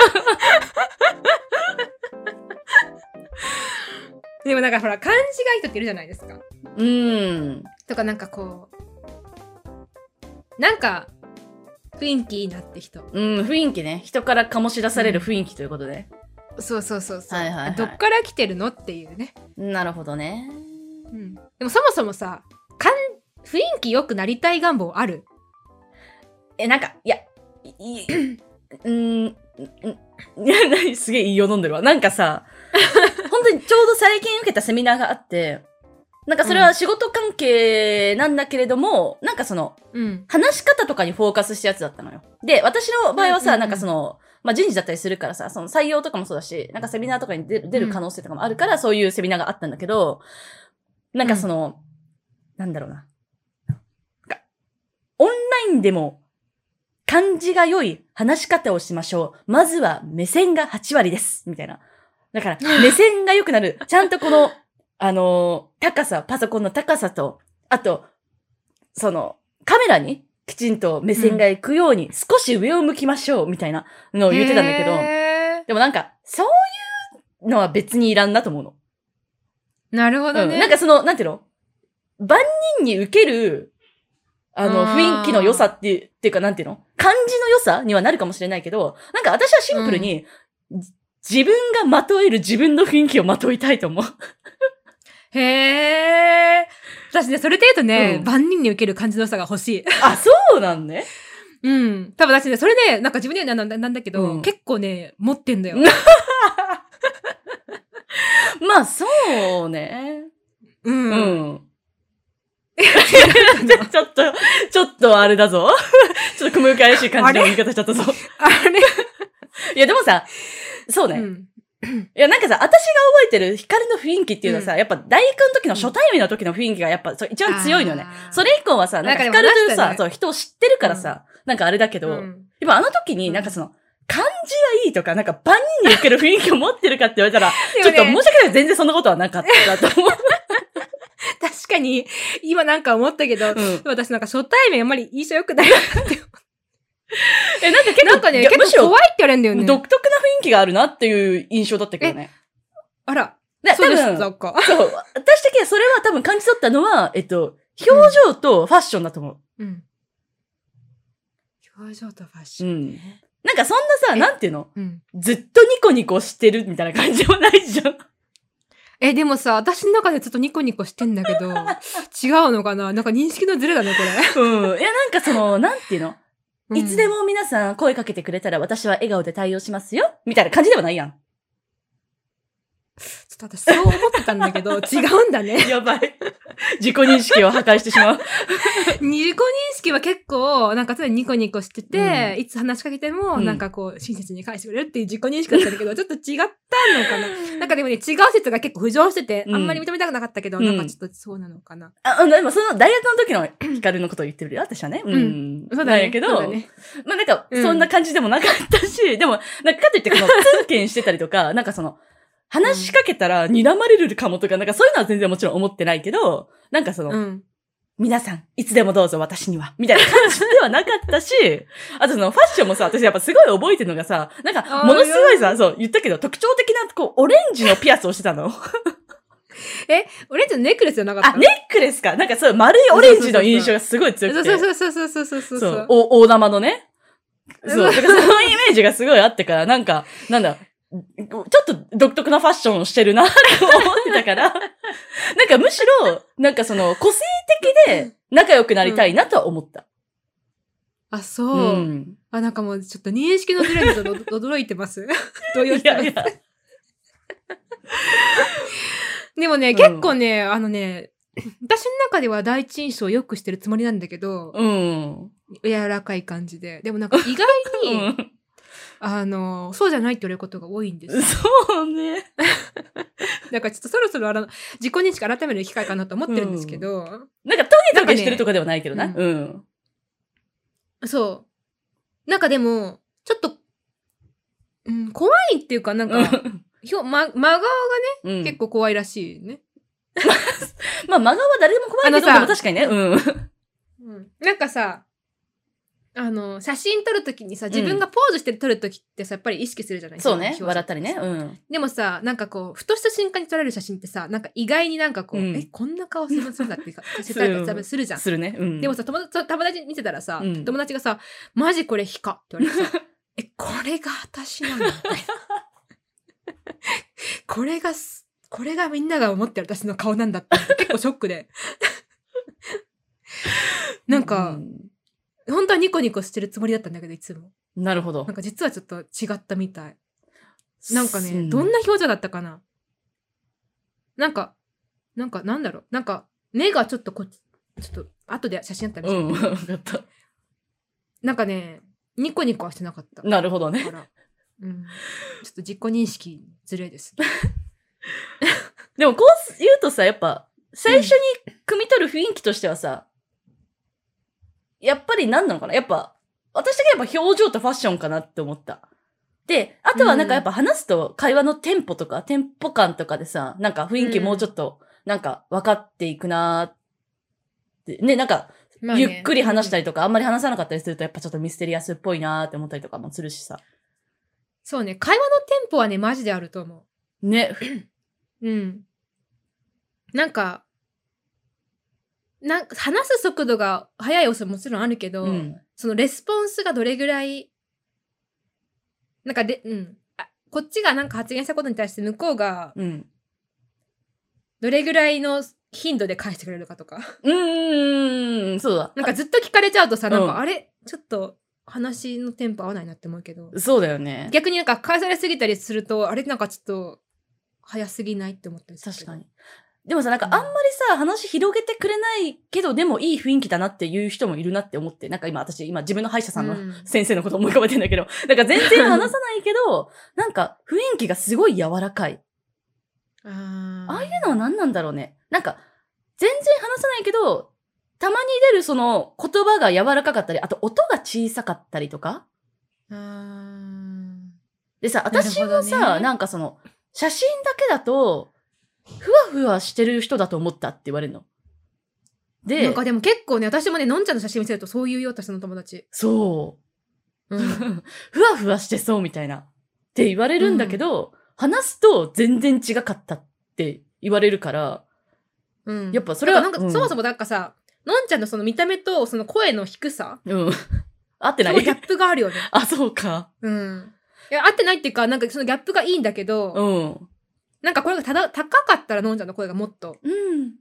[SPEAKER 2] でもなんかほら、漢字がいい人っているじゃないですか。
[SPEAKER 1] うん。
[SPEAKER 2] とかなんかこう、なんか、雰囲気いいなって人。
[SPEAKER 1] うん、雰囲気ね。人から醸し出される雰囲気ということで。
[SPEAKER 2] そうそうそうそう。
[SPEAKER 1] はいはいはい
[SPEAKER 2] どっから来てるのっていうね。
[SPEAKER 1] なるほどね。
[SPEAKER 2] うん。でもそもそもさ、かん雰囲気良くなりたい願望ある
[SPEAKER 1] え、なんか、いや、い いうーん、んいや、何すげえ言いよ飲ん でるわ。なんかさ、本当にちょうど最近受けたセミナーがあって、なんかそれは仕事関係なんだけれども、なんかその、
[SPEAKER 2] うん。
[SPEAKER 1] 話し方とかにフォーカスしたやつだったのよ。で、私の場合はさ、
[SPEAKER 2] うんうんうん
[SPEAKER 1] なんかその、まあ、人事だったりするからさ、その採用とかもそうだし、なんかセミナーとかに出る出る可能性とかもあるから、そういうセミナーがあったんだけど、なんかその、なんだろうな。なんかオンラインでも、感じが良い話し方をしましょう。まずは目線が8割です。みたいな。だから、目線が良くなる。ちゃんとこの、あのー高さ、パソコンの高さと、あと、その、カメラにきちんと目線が行くように、少し上を向きましょう、みたいなのを言ってたんだけど、
[SPEAKER 2] へ
[SPEAKER 1] でもなんか、そういうのは別にいらんなと思うの。
[SPEAKER 2] ーなるほど
[SPEAKER 1] う
[SPEAKER 2] ね。
[SPEAKER 1] ん、なんかその、なんていうの万人に受ける、あの、
[SPEAKER 2] あー
[SPEAKER 1] 雰囲気の良さっていう、っていうか、なんていうの感じの良さにはなるかもしれないけど、なんか私はシンプルに、じ自分がまとえる自分の雰囲気をまといたいと思う。
[SPEAKER 2] へえ。私ね、それで言うとね、
[SPEAKER 1] うん
[SPEAKER 2] 万人に受ける感じの良さが欲しい。
[SPEAKER 1] あ、そうなんね。
[SPEAKER 2] うん。多分私ね、それね、なんか自分で言うのはななんだけど、
[SPEAKER 1] うん
[SPEAKER 2] 結構ね、持ってんだよ。
[SPEAKER 1] まあ、そうね。
[SPEAKER 2] うん。
[SPEAKER 1] うん。ちょっと、ちょっとあれだぞ。 ちょっと雲行き怪しい感じの言い方しちゃったぞ。
[SPEAKER 2] あ
[SPEAKER 1] いや、でもさ、そうね。
[SPEAKER 2] れ、うん、
[SPEAKER 1] いや、なんかさ、私が覚えてる光の雰囲気っていうのはさ、やっぱ大学の時の初対面の時の雰囲気がやっぱそう一番強いのよね。
[SPEAKER 2] あー
[SPEAKER 1] それ以降はさ、なんか
[SPEAKER 2] なんかで
[SPEAKER 1] 光
[SPEAKER 2] も
[SPEAKER 1] という
[SPEAKER 2] 話した
[SPEAKER 1] さ、
[SPEAKER 2] よね
[SPEAKER 1] そう、人を知ってるからさ、なんかあれだけど、
[SPEAKER 2] うん
[SPEAKER 1] やっぱあの時になんかその、感じがいいとか、なんか万人に受ける雰囲気を持ってるかって言われたら、ちょっと 申し
[SPEAKER 2] でもね
[SPEAKER 1] 訳ないけど全然そんなことはなかった と思う。
[SPEAKER 2] 確かに、今なんか思ったけど、
[SPEAKER 1] ん
[SPEAKER 2] 私なんか初対面あんまり印象良くないなって。
[SPEAKER 1] え、 なんか結構、
[SPEAKER 2] なんかね、
[SPEAKER 1] いやむし
[SPEAKER 2] 結構
[SPEAKER 1] ろ
[SPEAKER 2] 怖いって言われるんだよ
[SPEAKER 1] 独特
[SPEAKER 2] ね
[SPEAKER 1] な。雰囲気があるなっていう印象だったけどね。
[SPEAKER 2] あら、
[SPEAKER 1] で
[SPEAKER 2] そうで
[SPEAKER 1] 多
[SPEAKER 2] す
[SPEAKER 1] 分
[SPEAKER 2] なんか。
[SPEAKER 1] そう。私的にはそれは多分感じ取ったのは、えっと、表情とファッションだと思う。
[SPEAKER 2] うん。表情とファッシ
[SPEAKER 1] う
[SPEAKER 2] ョン。
[SPEAKER 1] ん。なんかそんなさ、
[SPEAKER 2] え
[SPEAKER 1] なんていうの
[SPEAKER 2] うん
[SPEAKER 1] ずっとニコニコしてるみたいな感じもないじゃん。
[SPEAKER 2] え、でもさ、私の中でちょっとニコニコしてんだ けど、違うのかななんか認識のズレだね、こ
[SPEAKER 1] うん。い や、なんかその、なんていうの、
[SPEAKER 2] れ。
[SPEAKER 1] いつで。も皆さん声かけてくれたら私は笑顔で対応しますよみたいな感じではないやん。
[SPEAKER 2] ちょっと私そう思ってたんだけど、違うんだね。
[SPEAKER 1] やばい。 自己認識を破壊してしまう。
[SPEAKER 2] 自己認識は結構、なんか常にニコニコしてて、いつ話しかけて
[SPEAKER 1] う
[SPEAKER 2] も、
[SPEAKER 1] ん
[SPEAKER 2] なんかこう、親切に返してくれるっていう自己認識だったんだけ ど、ちょっと違ったのかな。なんかでもね、違う説が結構浮上してて、
[SPEAKER 1] うん
[SPEAKER 2] あんまり認めたくなかったけど、
[SPEAKER 1] うん
[SPEAKER 2] なんかちょっとそうなのかな。
[SPEAKER 1] あ、でもその大学の時の ヒカルのことを言ってるよ、私はね。うん。
[SPEAKER 2] そうだね。
[SPEAKER 1] なんやけ
[SPEAKER 2] そう
[SPEAKER 1] ど、
[SPEAKER 2] だね
[SPEAKER 1] まあなんか、
[SPEAKER 2] うん
[SPEAKER 1] そんな感じでもなかったし、 でも、なんかかといってこ の、通勤してたりとか、なんかその、話しかけたら睨まれるかもとか、なんかそういうのは全然もちろん思ってないけど、なんかその、
[SPEAKER 2] うん。
[SPEAKER 1] 皆さん、いつでもどうぞ私には、みたいな感じではなかったし、 あとそのファッションもさ、私やっぱすごい覚えてるのがさ、なんか、
[SPEAKER 2] あー
[SPEAKER 1] ものすごいさ、そう、言ったけど、特徴的な、こう、オレンジのピアスをしてた の。
[SPEAKER 2] 俺たちのネックレスじゃなかった
[SPEAKER 1] あ、
[SPEAKER 2] の
[SPEAKER 1] ネックレスか。なんかそう、丸いオレンジの印象がすごい強くて。
[SPEAKER 2] そうそうそうそうそうそうそ
[SPEAKER 1] そ
[SPEAKER 2] うそうう。
[SPEAKER 1] お大玉のね。そう。
[SPEAKER 2] うん
[SPEAKER 1] だからそのイメージがすごいあってから、なんか、なんだ、ちょっと独特なファッションをしてるな、と 思ってたから、 なんかむしろ、なんかその、個性的で仲良くなりたいなとは思った。
[SPEAKER 2] あ、そうう、
[SPEAKER 1] ん。
[SPEAKER 2] あ、なんかもうちょっと認識のずれにちょっと驚驚いてます。動 揺
[SPEAKER 1] い
[SPEAKER 2] してま
[SPEAKER 1] や
[SPEAKER 2] す
[SPEAKER 1] いや、
[SPEAKER 2] でもね、
[SPEAKER 1] ん
[SPEAKER 2] 結構ね、あのね、私の中では第一印象を良くしてるつもりなんだけど、
[SPEAKER 1] うん。
[SPEAKER 2] 柔らかい感じで。でもな んか意外に、あの、そうじゃないって言われることが多いんで
[SPEAKER 1] うん
[SPEAKER 2] す。
[SPEAKER 1] そうね。
[SPEAKER 2] だからちょっとそろそろあの自己認識改める機会かなと思ってるんですけど、
[SPEAKER 1] なんか、トゲトゲしてるとかではないけどな。
[SPEAKER 2] なんか
[SPEAKER 1] うん。
[SPEAKER 2] そう。なんかでも、ちょっと、うん、怖いっていうか、なんか、ひょま、真顔が
[SPEAKER 1] うん。
[SPEAKER 2] 結構怖いらしいね。
[SPEAKER 1] まあ、真顔は誰でも怖いけど、
[SPEAKER 2] あのさ
[SPEAKER 1] でも確かにね。うん。
[SPEAKER 2] うん、なんかさ、あの、写真撮るときにさ、自分がポーズして撮るときってさ、やっぱり意識するじゃない
[SPEAKER 1] そうね。
[SPEAKER 2] 表情
[SPEAKER 1] 笑ったりね。うん。
[SPEAKER 2] でもさ、なんかこう、ふとした瞬間に撮られる写真ってさ、なんか意外になんかこう、
[SPEAKER 1] うん
[SPEAKER 2] え、こんな顔するん だってか、世代が多分するじゃん。
[SPEAKER 1] するね。うん。
[SPEAKER 2] でもさ、友達そう友達に見てたらさ、
[SPEAKER 1] うん
[SPEAKER 2] 友達がさ、マジこれヒカって言われてさ、 え、これが私なのみたいな。これがす、これがみんなが思ってる私の顔なんだって、結構ショックで。な ん
[SPEAKER 1] う
[SPEAKER 2] か、本当はニコニコしてるつもりだったんだけど、いつも。
[SPEAKER 1] なるほど
[SPEAKER 2] なん。か実はちょっと違ったみたい。なんかね、どんな表情だったかななんか、なんかなんだろうなんか、目がちょっとこっち、ちょっと、後で写真あったら
[SPEAKER 1] う
[SPEAKER 2] 見せて
[SPEAKER 1] ん、わかった。
[SPEAKER 2] なんかね、ニコニコはしてなかった。
[SPEAKER 1] なるほど
[SPEAKER 2] か
[SPEAKER 1] ね。
[SPEAKER 2] ら、うん。ちょっと自己認識ずれ です。
[SPEAKER 1] でもこう言うとさ、やっぱ、最初に汲み取る雰囲気としてはさ、やっぱり何なのかなやっぱ、私的にはやっぱ表情とファッションかなって思った。で、あとはなんかやっぱ話すと会話のテンポとか、テンポ感とかでさ、なんか雰囲気もうちょっと、なんか分かっていくなーって、ね、なんか、ゆっくり話した
[SPEAKER 2] り。
[SPEAKER 1] りとか、あんまり話さなかったりすると、やっぱちょっとミステリアスっぽいなーって思ったりとかもするしさ。
[SPEAKER 2] そうね、会話のテンポはね、マジであると思
[SPEAKER 1] ね、
[SPEAKER 2] う。うん。なんか、なんか話す速度が速い要素ももちろんあるけど、
[SPEAKER 1] うん。
[SPEAKER 2] そのレスポンスがどれぐらい、なんかで、うん。あこっちがなんか発言したことに対して向こうが
[SPEAKER 1] うん。
[SPEAKER 2] どれぐらいの頻度で返してくれるかとか。
[SPEAKER 1] うーん、そうだ。
[SPEAKER 2] なんかずっと聞かれちゃうとさ、なん
[SPEAKER 1] うん
[SPEAKER 2] かあれ、ちょっと話のテンポ合わないなって思うけど。
[SPEAKER 1] そうだよね。
[SPEAKER 2] 逆になんか返されすぎたりすると、あれなんかちょっと早すぎないって思ったりするけ
[SPEAKER 1] 確
[SPEAKER 2] ど
[SPEAKER 1] かに。。でもさ、なんかあ
[SPEAKER 2] うんん
[SPEAKER 1] まりさ、話広げてくれないけど、でもいい雰囲気だなっていう人もいるなって思って、なんか今私、今自分の歯医者さんの
[SPEAKER 2] うん
[SPEAKER 1] 先生のこと思い浮かべてんだけど、なんか全然話さないけど、なんか雰囲気がすごい柔らかい。
[SPEAKER 2] あ
[SPEAKER 1] ああいう
[SPEAKER 2] う
[SPEAKER 1] のは何なんだろうね。なんか、全然話さないけど、たまに出るその言葉が柔らかかったり、あと音が小さかったりとか。
[SPEAKER 2] あ
[SPEAKER 1] でさ、
[SPEAKER 2] なる
[SPEAKER 1] 私
[SPEAKER 2] ほ
[SPEAKER 1] も
[SPEAKER 2] どね
[SPEAKER 1] さ、なんかその、写真だけだと、ふわふわしてる人だと思ったって言われるの。
[SPEAKER 2] ーな
[SPEAKER 1] で
[SPEAKER 2] ん、かでも結構ね、私もね、のんちゃんの写真見せるとそういうよ、私の友達。
[SPEAKER 1] そう う。
[SPEAKER 2] ん
[SPEAKER 1] ふわふわしてそうみたいな。って言われるんだけど、話すと全然違かったって言われるから、
[SPEAKER 2] うん
[SPEAKER 1] やっぱそれは
[SPEAKER 2] なんかなんか
[SPEAKER 1] うん
[SPEAKER 2] そもそもなんかさ、のんちゃんのその見た目とその声の低さ、
[SPEAKER 1] うん。 合って
[SPEAKER 2] そ
[SPEAKER 1] な
[SPEAKER 2] のギャ
[SPEAKER 1] い
[SPEAKER 2] ップがあるよね。
[SPEAKER 1] あ、そうか。
[SPEAKER 2] うん。いや、合ってないっていうか、なんかそのギャップがいいんだけど、
[SPEAKER 1] うん。
[SPEAKER 2] なんかこれがただ高かったらのんちゃんの声がもっと、
[SPEAKER 1] うん。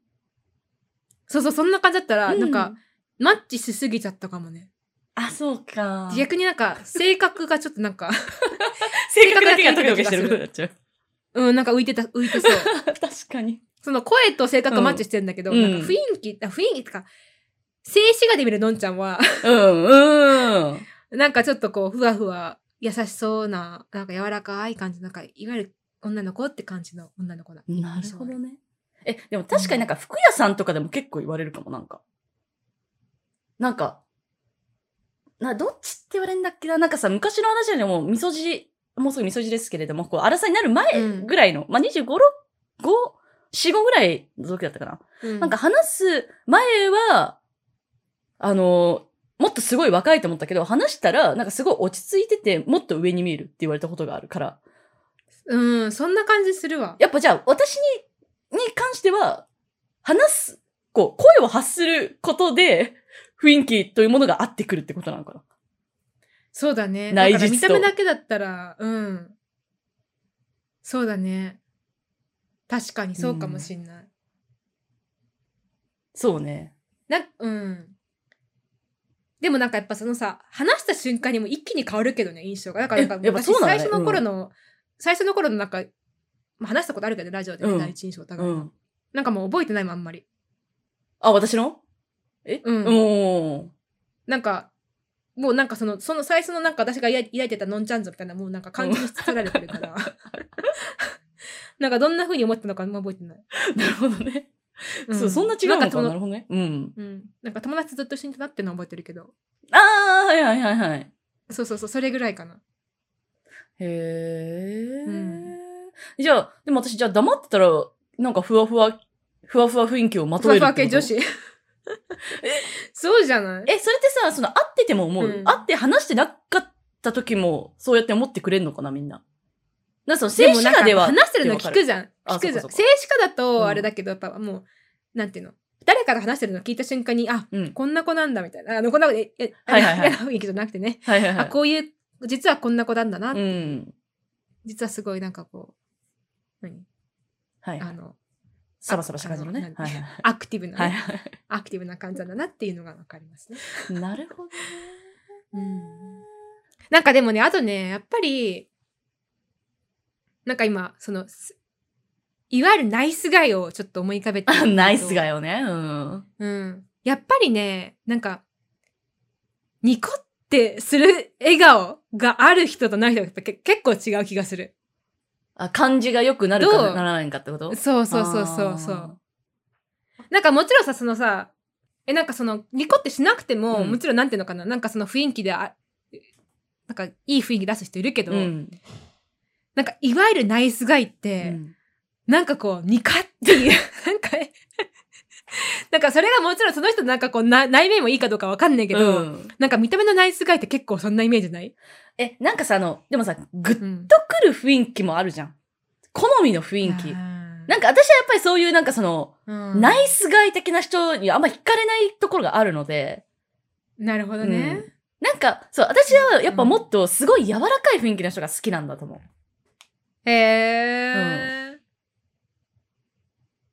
[SPEAKER 2] そうそう、そんな感じだったら、
[SPEAKER 1] うん
[SPEAKER 2] なんか、マッチしすぎちゃったかもね。
[SPEAKER 1] あ、そうか。
[SPEAKER 2] 逆になんか、性格がちょっとなんか、
[SPEAKER 1] 性格だけがトゲトゲしてることになっちゃう。
[SPEAKER 2] うん、なんか浮いてた、浮いてそう。
[SPEAKER 1] 確かに。
[SPEAKER 2] その声と性格マッチしてるんだけど、
[SPEAKER 1] うん
[SPEAKER 2] なんか雰囲気、あ雰囲気ってか、静止画で見るのんちゃんは、
[SPEAKER 1] うん、うん。
[SPEAKER 2] なんかちょっとこう、ふわふわ、優しそうな、なんか柔らかい感じ、なんか、いわゆる女の子って感じの女の子だ。
[SPEAKER 1] なるほどね。え、でも確かになんか服屋さんとかでも結構言われるかも、なんか。なんか、な、どっちって言われるんだっけななんかさ、昔の話よりも、みそじ、もうすぐみそじですけれども、こう、荒さになる前ぐらいの、まあ、25、6、5、4、5ぐらいの時だったかな。
[SPEAKER 2] う
[SPEAKER 1] なんか、話す前は、あの、もっとすごい若いと思ったけど、話したら、なんかすごい落ち着いてて、もっと上に見えるって言われたことがあるから、
[SPEAKER 2] うん、そんな感じするわ。
[SPEAKER 1] やっぱじゃあ、私に、に関しては、話す、こう、声を発することで、雰囲気というものが合ってくるってことなのかな。
[SPEAKER 2] そうだね。
[SPEAKER 1] 内
[SPEAKER 2] だ
[SPEAKER 1] 実
[SPEAKER 2] から
[SPEAKER 1] と
[SPEAKER 2] 見た目だけだったら、うん。そうだね。確かにそうかもしんない。
[SPEAKER 1] そうね。
[SPEAKER 2] な、うん。でもなんかやっぱそのさ、話した瞬間にも一気に変わるけどね、印象が。だからなんか
[SPEAKER 1] えやっぱ
[SPEAKER 2] 昔
[SPEAKER 1] そうなんだ
[SPEAKER 2] 最
[SPEAKER 1] ね
[SPEAKER 2] 初の頃の、最初の頃のなんか、まあ話したことあるけど、ラジオで、ね
[SPEAKER 1] うん
[SPEAKER 2] 第一印象お互
[SPEAKER 1] う
[SPEAKER 2] い、
[SPEAKER 1] ん。
[SPEAKER 2] なんかもう覚えてないもん、あんまり。
[SPEAKER 1] あ、私のえ
[SPEAKER 2] うん
[SPEAKER 1] おー
[SPEAKER 2] なんか、もうなんかその、その最初のなんか私が抱い抱いてたのんちゃん像みたいな、もうなんか完全に引き取られてるから。なんかどんな風に思ってたのかあんま覚えてない。
[SPEAKER 1] なるほどね。
[SPEAKER 2] う
[SPEAKER 1] そう、そんな違うの
[SPEAKER 2] な
[SPEAKER 1] か
[SPEAKER 2] んか
[SPEAKER 1] な。
[SPEAKER 2] 友
[SPEAKER 1] なるほどね。うん。
[SPEAKER 2] うん。なんか友達ずっと一緒にいたなっていうのは覚えてるけど。
[SPEAKER 1] あー、はいはいはいはい。
[SPEAKER 2] そうそうそう、それぐらいかな。
[SPEAKER 1] へー。
[SPEAKER 2] うん
[SPEAKER 1] じゃあ、でも私、じゃあ黙ってたら、なんかふわふわ、ふわふわ雰囲気をま
[SPEAKER 2] ふ
[SPEAKER 1] とえ
[SPEAKER 2] わ
[SPEAKER 1] る
[SPEAKER 2] ふわ
[SPEAKER 1] って
[SPEAKER 2] 系
[SPEAKER 1] こと
[SPEAKER 2] 女子。そうじゃない
[SPEAKER 1] え、それってさ、その、会ってても思う、
[SPEAKER 2] うん
[SPEAKER 1] 会って話してなかった時も、そうやって思ってくれんのかな、みんな。なんかその、静
[SPEAKER 2] でも
[SPEAKER 1] 止
[SPEAKER 2] なんか
[SPEAKER 1] 画では。
[SPEAKER 2] 話してるの聞くじゃん。
[SPEAKER 1] あ
[SPEAKER 2] 聞くじゃ
[SPEAKER 1] そう
[SPEAKER 2] ん。
[SPEAKER 1] かそ
[SPEAKER 2] 静止画だ
[SPEAKER 1] うん
[SPEAKER 2] と、あれだけど、やっぱもう、なんていうの。誰かが話してるの聞いた瞬間に、あ、
[SPEAKER 1] うん。
[SPEAKER 2] こんな子なんだみたいな。あの、こんな子で、え、
[SPEAKER 1] はいはいはい
[SPEAKER 2] 嫌な雰囲気じゃなくてね。
[SPEAKER 1] はいはいは
[SPEAKER 2] あ、
[SPEAKER 1] い。
[SPEAKER 2] こういう、実はこんな子なんだな。
[SPEAKER 1] うん。
[SPEAKER 2] 実はすごいなんかこう、何
[SPEAKER 1] はいは
[SPEAKER 2] あ
[SPEAKER 1] い。
[SPEAKER 2] の、
[SPEAKER 1] サバサバした感じのね。
[SPEAKER 2] あ
[SPEAKER 1] は
[SPEAKER 2] の
[SPEAKER 1] いはい
[SPEAKER 2] アクティブなね、
[SPEAKER 1] はい。はいは
[SPEAKER 2] アクティブな感じなんだなっていうのがわかりますね。
[SPEAKER 1] い。なるほどね。
[SPEAKER 2] なんかでもね、あとね、やっぱり、なんか今、その、すいわゆるナイスガイをちょっと思い浮かべてるんだ
[SPEAKER 1] あ、
[SPEAKER 2] け ど。
[SPEAKER 1] ナイスがよね。うん。
[SPEAKER 2] うん。やっぱりね、なんか、ニコってする笑顔がある人とない人がやっぱけ結構違う気がする。
[SPEAKER 1] あ、感じが良くなる
[SPEAKER 2] ど
[SPEAKER 1] か
[SPEAKER 2] う
[SPEAKER 1] ならないかってこと
[SPEAKER 2] そうそうそうそうそう。。なんかもちろんさ、そのさ、え、なんかその、ニコってしなくても、
[SPEAKER 1] うん
[SPEAKER 2] もちろんなんていうのかな、なんかその雰囲気であ、なんかいい雰囲気出す人いるけ
[SPEAKER 1] あ
[SPEAKER 2] ど、
[SPEAKER 1] ーうん。
[SPEAKER 2] なんかいわゆるナイスガイっ
[SPEAKER 1] う
[SPEAKER 2] て、
[SPEAKER 1] ん
[SPEAKER 2] なんかこう、ニカっていう、 なんか、なんかそれがもちろんその人のなんかこうな、内面もいいかどうかわかんないけど、
[SPEAKER 1] うん
[SPEAKER 2] なんか見た目のナイスガイって結構そんなイメージない
[SPEAKER 1] え、なんかさ、あの、でもさ、ぐっと
[SPEAKER 2] ん。
[SPEAKER 1] くる雰囲気もあるじゃん。好みの雰囲気。
[SPEAKER 2] な
[SPEAKER 1] なんか私はやっぱりそういうなんかその、ナ
[SPEAKER 2] イ
[SPEAKER 1] イスガイ的な人にあんま惹かれないところがあるので、
[SPEAKER 2] なるほどね。
[SPEAKER 1] なんか、そう、私はやっぱもっとすごい柔らかい雰囲気の人が好きなんだと思
[SPEAKER 2] へえ、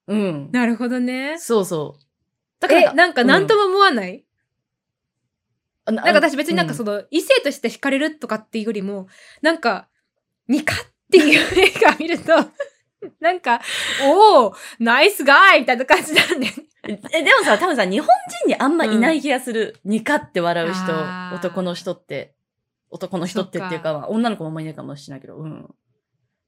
[SPEAKER 1] う。うん。
[SPEAKER 2] なるほどね。
[SPEAKER 1] そうそう。だ
[SPEAKER 2] え、
[SPEAKER 1] から
[SPEAKER 2] なんかなんとも思わない、
[SPEAKER 1] あな
[SPEAKER 2] なんか私別になんかそ
[SPEAKER 1] の、
[SPEAKER 2] の、異性として惹かれるとかっていうよりも、なんか、ニカっていう映画見ると、 なんか、おおナイスガイみたいな感じなんだよね。
[SPEAKER 1] うんえ、でもさ、多分さ、日本人にあんまいない気がする。ニカって笑う人
[SPEAKER 2] あ、ー
[SPEAKER 1] 男の人って、男の人ってっていうか、まあ女の子もあんまいないかもしれないけど、うん。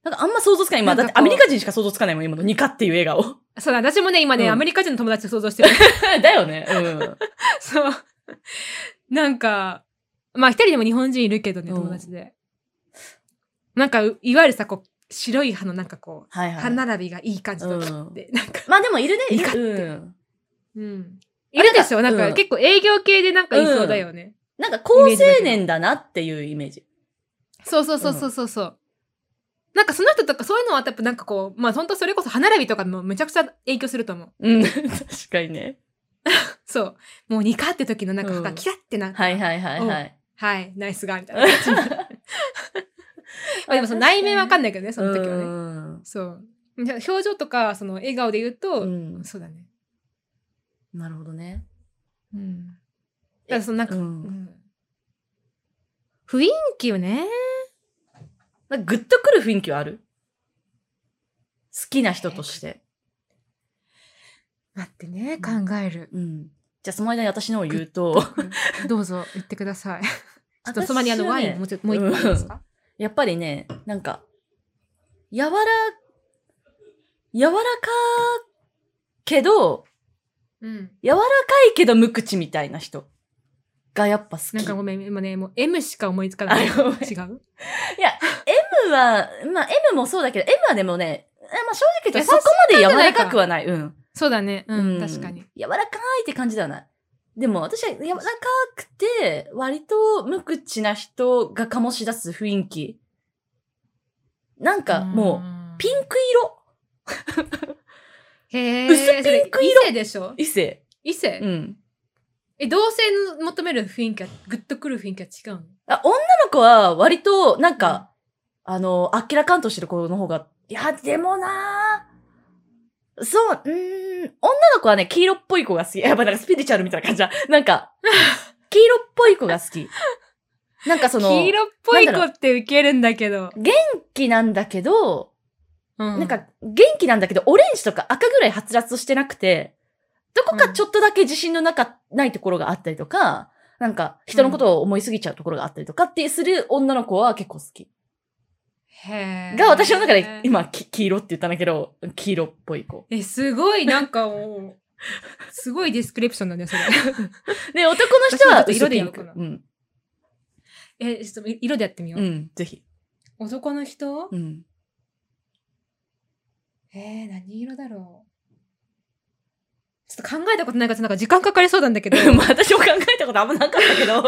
[SPEAKER 1] なんかあんま想像つかない。今、だ
[SPEAKER 2] なん
[SPEAKER 1] って
[SPEAKER 2] かこう
[SPEAKER 1] アメリカ人しか想像つかないもん、今のニカっていう笑顔。
[SPEAKER 2] そうだ、私もね、今ね、
[SPEAKER 1] うん
[SPEAKER 2] アメリカ人の友達を想像してる。
[SPEAKER 1] だよね。うん。
[SPEAKER 2] そう。なんか、まあ一人でも日本人いるけどね、
[SPEAKER 1] うん
[SPEAKER 2] 友達で。なんか、ういわゆるさ、こう、白い歯のなんかこう、
[SPEAKER 1] はいはい。
[SPEAKER 2] 歯並びがいい感じの、
[SPEAKER 1] うん
[SPEAKER 2] で、なんか、
[SPEAKER 1] まあでもいるね。
[SPEAKER 2] ニカって
[SPEAKER 1] うん
[SPEAKER 2] うん。いるでしょなんか、
[SPEAKER 1] うん
[SPEAKER 2] 結構営業系でなんかいそうだよね。
[SPEAKER 1] なんか高青年だなっていうイメージ。
[SPEAKER 2] そうそうそうそうそうそう。なんかその人とかそういうのはやっぱなんかこう、まあ本当それこそ歯並びとかもめちゃくちゃ影響すると思う。
[SPEAKER 1] うん、 確かにね。
[SPEAKER 2] そう。もうニカって時のなんか歯
[SPEAKER 1] う
[SPEAKER 2] が
[SPEAKER 1] ん
[SPEAKER 2] キラってな、
[SPEAKER 1] はいはいはいはい。
[SPEAKER 2] はい、ナイスガーみた いな感じになる。まあでもその内面わかんないけどね、その時はね。
[SPEAKER 1] は
[SPEAKER 2] そう。じゃあ表情とか、その笑顔で言うと、
[SPEAKER 1] うん。
[SPEAKER 2] そうだね。
[SPEAKER 1] なるほどね。
[SPEAKER 2] うん。だからそのなんか、
[SPEAKER 1] う。
[SPEAKER 2] うんん雰囲気よね。
[SPEAKER 1] なんかグッとくる雰囲気はあるきな人として。
[SPEAKER 2] 待ってね、考える。
[SPEAKER 1] うん。じゃあその間に私のを言う と、
[SPEAKER 2] どうぞ、言ってくだ さい。ちょっと、
[SPEAKER 1] 私
[SPEAKER 2] そのにあの、
[SPEAKER 1] は
[SPEAKER 2] ワ
[SPEAKER 1] ね
[SPEAKER 2] イン、もうちょっと、もう一杯いいですか
[SPEAKER 1] やっぱりね、なんか、柔ら、柔らかけど、
[SPEAKER 2] うん。
[SPEAKER 1] 柔らかいけど無口みたいな人がやっぱ好き。
[SPEAKER 2] なんかごめん、今ね、もう M しか思いつか
[SPEAKER 1] あ
[SPEAKER 2] ない。違
[SPEAKER 1] ごめん
[SPEAKER 2] う
[SPEAKER 1] M は、まあ M もそうだけど、M はでもね、あまあ正直言
[SPEAKER 2] 優
[SPEAKER 1] う
[SPEAKER 2] し
[SPEAKER 1] とそ
[SPEAKER 2] さ
[SPEAKER 1] こまで柔らかくはない。うん。
[SPEAKER 2] そうだね。うん、確かに。。
[SPEAKER 1] 柔らかいって感じではない。でも私は柔らかくて、割と無口な人が醸し出す雰囲気。なんかも
[SPEAKER 2] う
[SPEAKER 1] う、
[SPEAKER 2] ん
[SPEAKER 1] ピンク色。
[SPEAKER 2] へー
[SPEAKER 1] 薄ピンク色
[SPEAKER 2] それ異性でしょ
[SPEAKER 1] 異性。
[SPEAKER 2] 異性、
[SPEAKER 1] うん。
[SPEAKER 2] え、同性の求める雰囲気は、グッとくる雰囲気は違うの
[SPEAKER 1] あ、女の子は割と、なんか、あの、あっけらかんとしてる子の方が、いや、でもなぁ。そう、うーん、女の子はね、黄色っぽい子が好き。やっぱなんかスピリチュアルみたいな感じだ。なん か、黄色っぽい子が好き。なんかその、
[SPEAKER 2] 黄
[SPEAKER 1] 元
[SPEAKER 2] 色っぽい子ってウケるんだけど。
[SPEAKER 1] 気なんだけど、
[SPEAKER 2] うん
[SPEAKER 1] なん、か元気なんだけど、オレンジとか赤ぐらいはつらつとしてなくて、どこかちょっとだけ自信のなか、ないところがあったりとか、なんか人のことを思いすぎちゃうところがあったりとかってする女の子は結構好き。
[SPEAKER 2] へー
[SPEAKER 1] が私の中で。今き黄色って言ったんだけど、黄色っぽい子。
[SPEAKER 2] え、すごい、なんかもう、すごいディスクリプションなんだよ、それ。
[SPEAKER 1] で、男の人は
[SPEAKER 2] 私もちょっと色
[SPEAKER 1] 薄
[SPEAKER 2] で
[SPEAKER 1] ピ
[SPEAKER 2] や
[SPEAKER 1] ン
[SPEAKER 2] ろうか
[SPEAKER 1] ク
[SPEAKER 2] な。
[SPEAKER 1] うん。
[SPEAKER 2] え、ちょっと色でやってみよう。
[SPEAKER 1] うん、ぜひ。
[SPEAKER 2] 男の人、
[SPEAKER 1] うん。
[SPEAKER 2] えー、何色だろう。ちょっと考えたことないから、なんか時間かかりそうなん だけど。
[SPEAKER 1] まあ私も考えたことあんまなかったけ ど。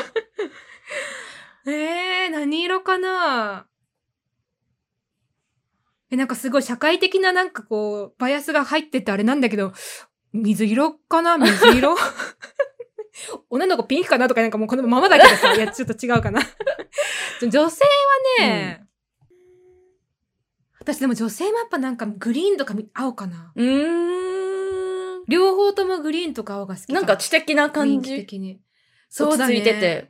[SPEAKER 2] えー、何色かなえ、なんかすごい社会的ななんかこう、バイアスが入っててあれなんだけど、水色かな水色 女の子ピンクかなとかなんかもうこのままだけどさ、いや、ちょっと違うかな。 女性はね、私でも女性もやっぱなんかグリーンとかみ青かな。
[SPEAKER 1] うーん。
[SPEAKER 2] 両方ともグリーンとか青が好き
[SPEAKER 1] なんか知的な感
[SPEAKER 2] 雰囲気
[SPEAKER 1] じ。
[SPEAKER 2] 的に。
[SPEAKER 1] 落ち着いてて。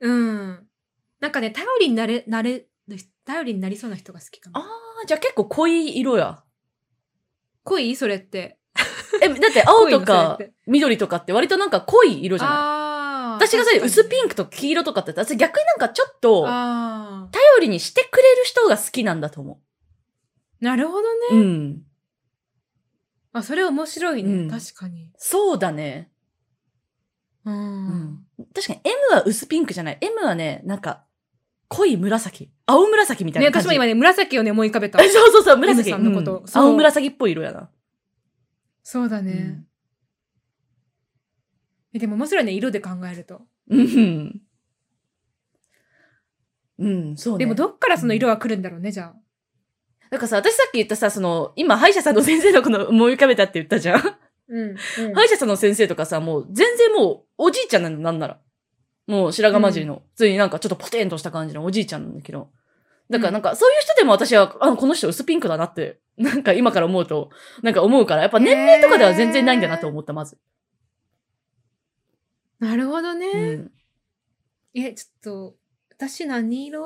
[SPEAKER 2] うん。なんかね、頼りになれ、なれる人、頼りになりそうな人が好きか
[SPEAKER 1] あ
[SPEAKER 2] も。
[SPEAKER 1] あ、じゃあ結構濃い色や。
[SPEAKER 2] 恋それって。
[SPEAKER 1] え、だって青とか
[SPEAKER 2] 濃いのそれって
[SPEAKER 1] 緑とかって割となんか濃い色じゃない
[SPEAKER 2] ああー。
[SPEAKER 1] 私がそれ薄ピン
[SPEAKER 2] ク
[SPEAKER 1] クと黄色とかって言ったら、私逆になんかちょっと頼
[SPEAKER 2] ああ。
[SPEAKER 1] りにしてくれる人が好きなんだと思
[SPEAKER 2] なるほどね。
[SPEAKER 1] う。うん。
[SPEAKER 2] あ、それ面白いね。
[SPEAKER 1] うん
[SPEAKER 2] 確かに。
[SPEAKER 1] そうだね。
[SPEAKER 2] うん。
[SPEAKER 1] 確かに M は薄ピンクじゃない。M はね、なんか、濃い紫。青紫みたい
[SPEAKER 2] ね、
[SPEAKER 1] な感
[SPEAKER 2] 私
[SPEAKER 1] じ。。
[SPEAKER 2] も今ね、紫をね、思い浮かべた
[SPEAKER 1] そうそうそう、紫。
[SPEAKER 2] M さんのこと
[SPEAKER 1] うん
[SPEAKER 2] そう
[SPEAKER 1] 青紫っぽい色やな。
[SPEAKER 2] そうだね。えでも面白いね、色で考えると。
[SPEAKER 1] うん。うん。うん、そうね。
[SPEAKER 2] でもどっからその色は来るんだろうね、じゃあ。
[SPEAKER 1] だからさ、私さっき言ったさ、その、今、歯医者さんの先生のこの思い浮かべたって言ったじゃん。
[SPEAKER 2] うん。
[SPEAKER 1] 歯
[SPEAKER 2] い。
[SPEAKER 1] 医者さんの先生とかさ、もう全然もう、おじいちゃんなの、なんなら。もう白髪混じりの、普通になんかちょっとポテンとした感じのおじいちゃんなんだけど。だからなんか、そういう人でも私は、あの、この人薄ピンクだなって、なんか今から思うと、なんか思うから、やっぱ年齢とかでは全然ないんだなと思った、まず。
[SPEAKER 2] なるほどね。
[SPEAKER 1] うん。
[SPEAKER 2] え、ちょっと、私何色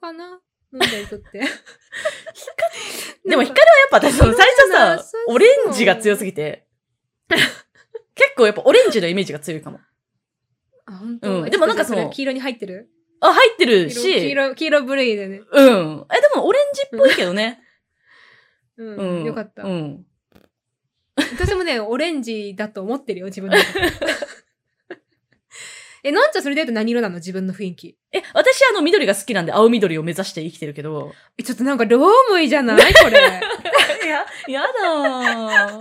[SPEAKER 2] かな飲んだ人って。
[SPEAKER 1] でも光はやっぱ私、その最初
[SPEAKER 2] なんか
[SPEAKER 1] さ
[SPEAKER 2] そう、そう
[SPEAKER 1] オレンジが強すぎて、 結構やっぱオレンジのイメージが強いかも。
[SPEAKER 2] あ、本
[SPEAKER 1] う
[SPEAKER 2] 当。
[SPEAKER 1] ん
[SPEAKER 2] え
[SPEAKER 1] でもなんかその
[SPEAKER 2] ちょっとれ黄色に入ってる
[SPEAKER 1] あ、入ってる
[SPEAKER 2] 黄色、黄
[SPEAKER 1] し、
[SPEAKER 2] 色、黄色ブルーでね。
[SPEAKER 1] うん。え、でもオレンジっぽいけどね。
[SPEAKER 2] う。
[SPEAKER 1] うんん。
[SPEAKER 2] よかった
[SPEAKER 1] う。ん。
[SPEAKER 2] 私もね、オレンジだと思ってるよ、自分のこと。 え、のんちゃんそれで言うと何色なの自分の雰囲気。
[SPEAKER 1] え、私あの緑が好きなんで青緑を目指して生きてるけど。
[SPEAKER 2] え、ちょっとなんか両思いじゃないこれ。
[SPEAKER 1] や、やだ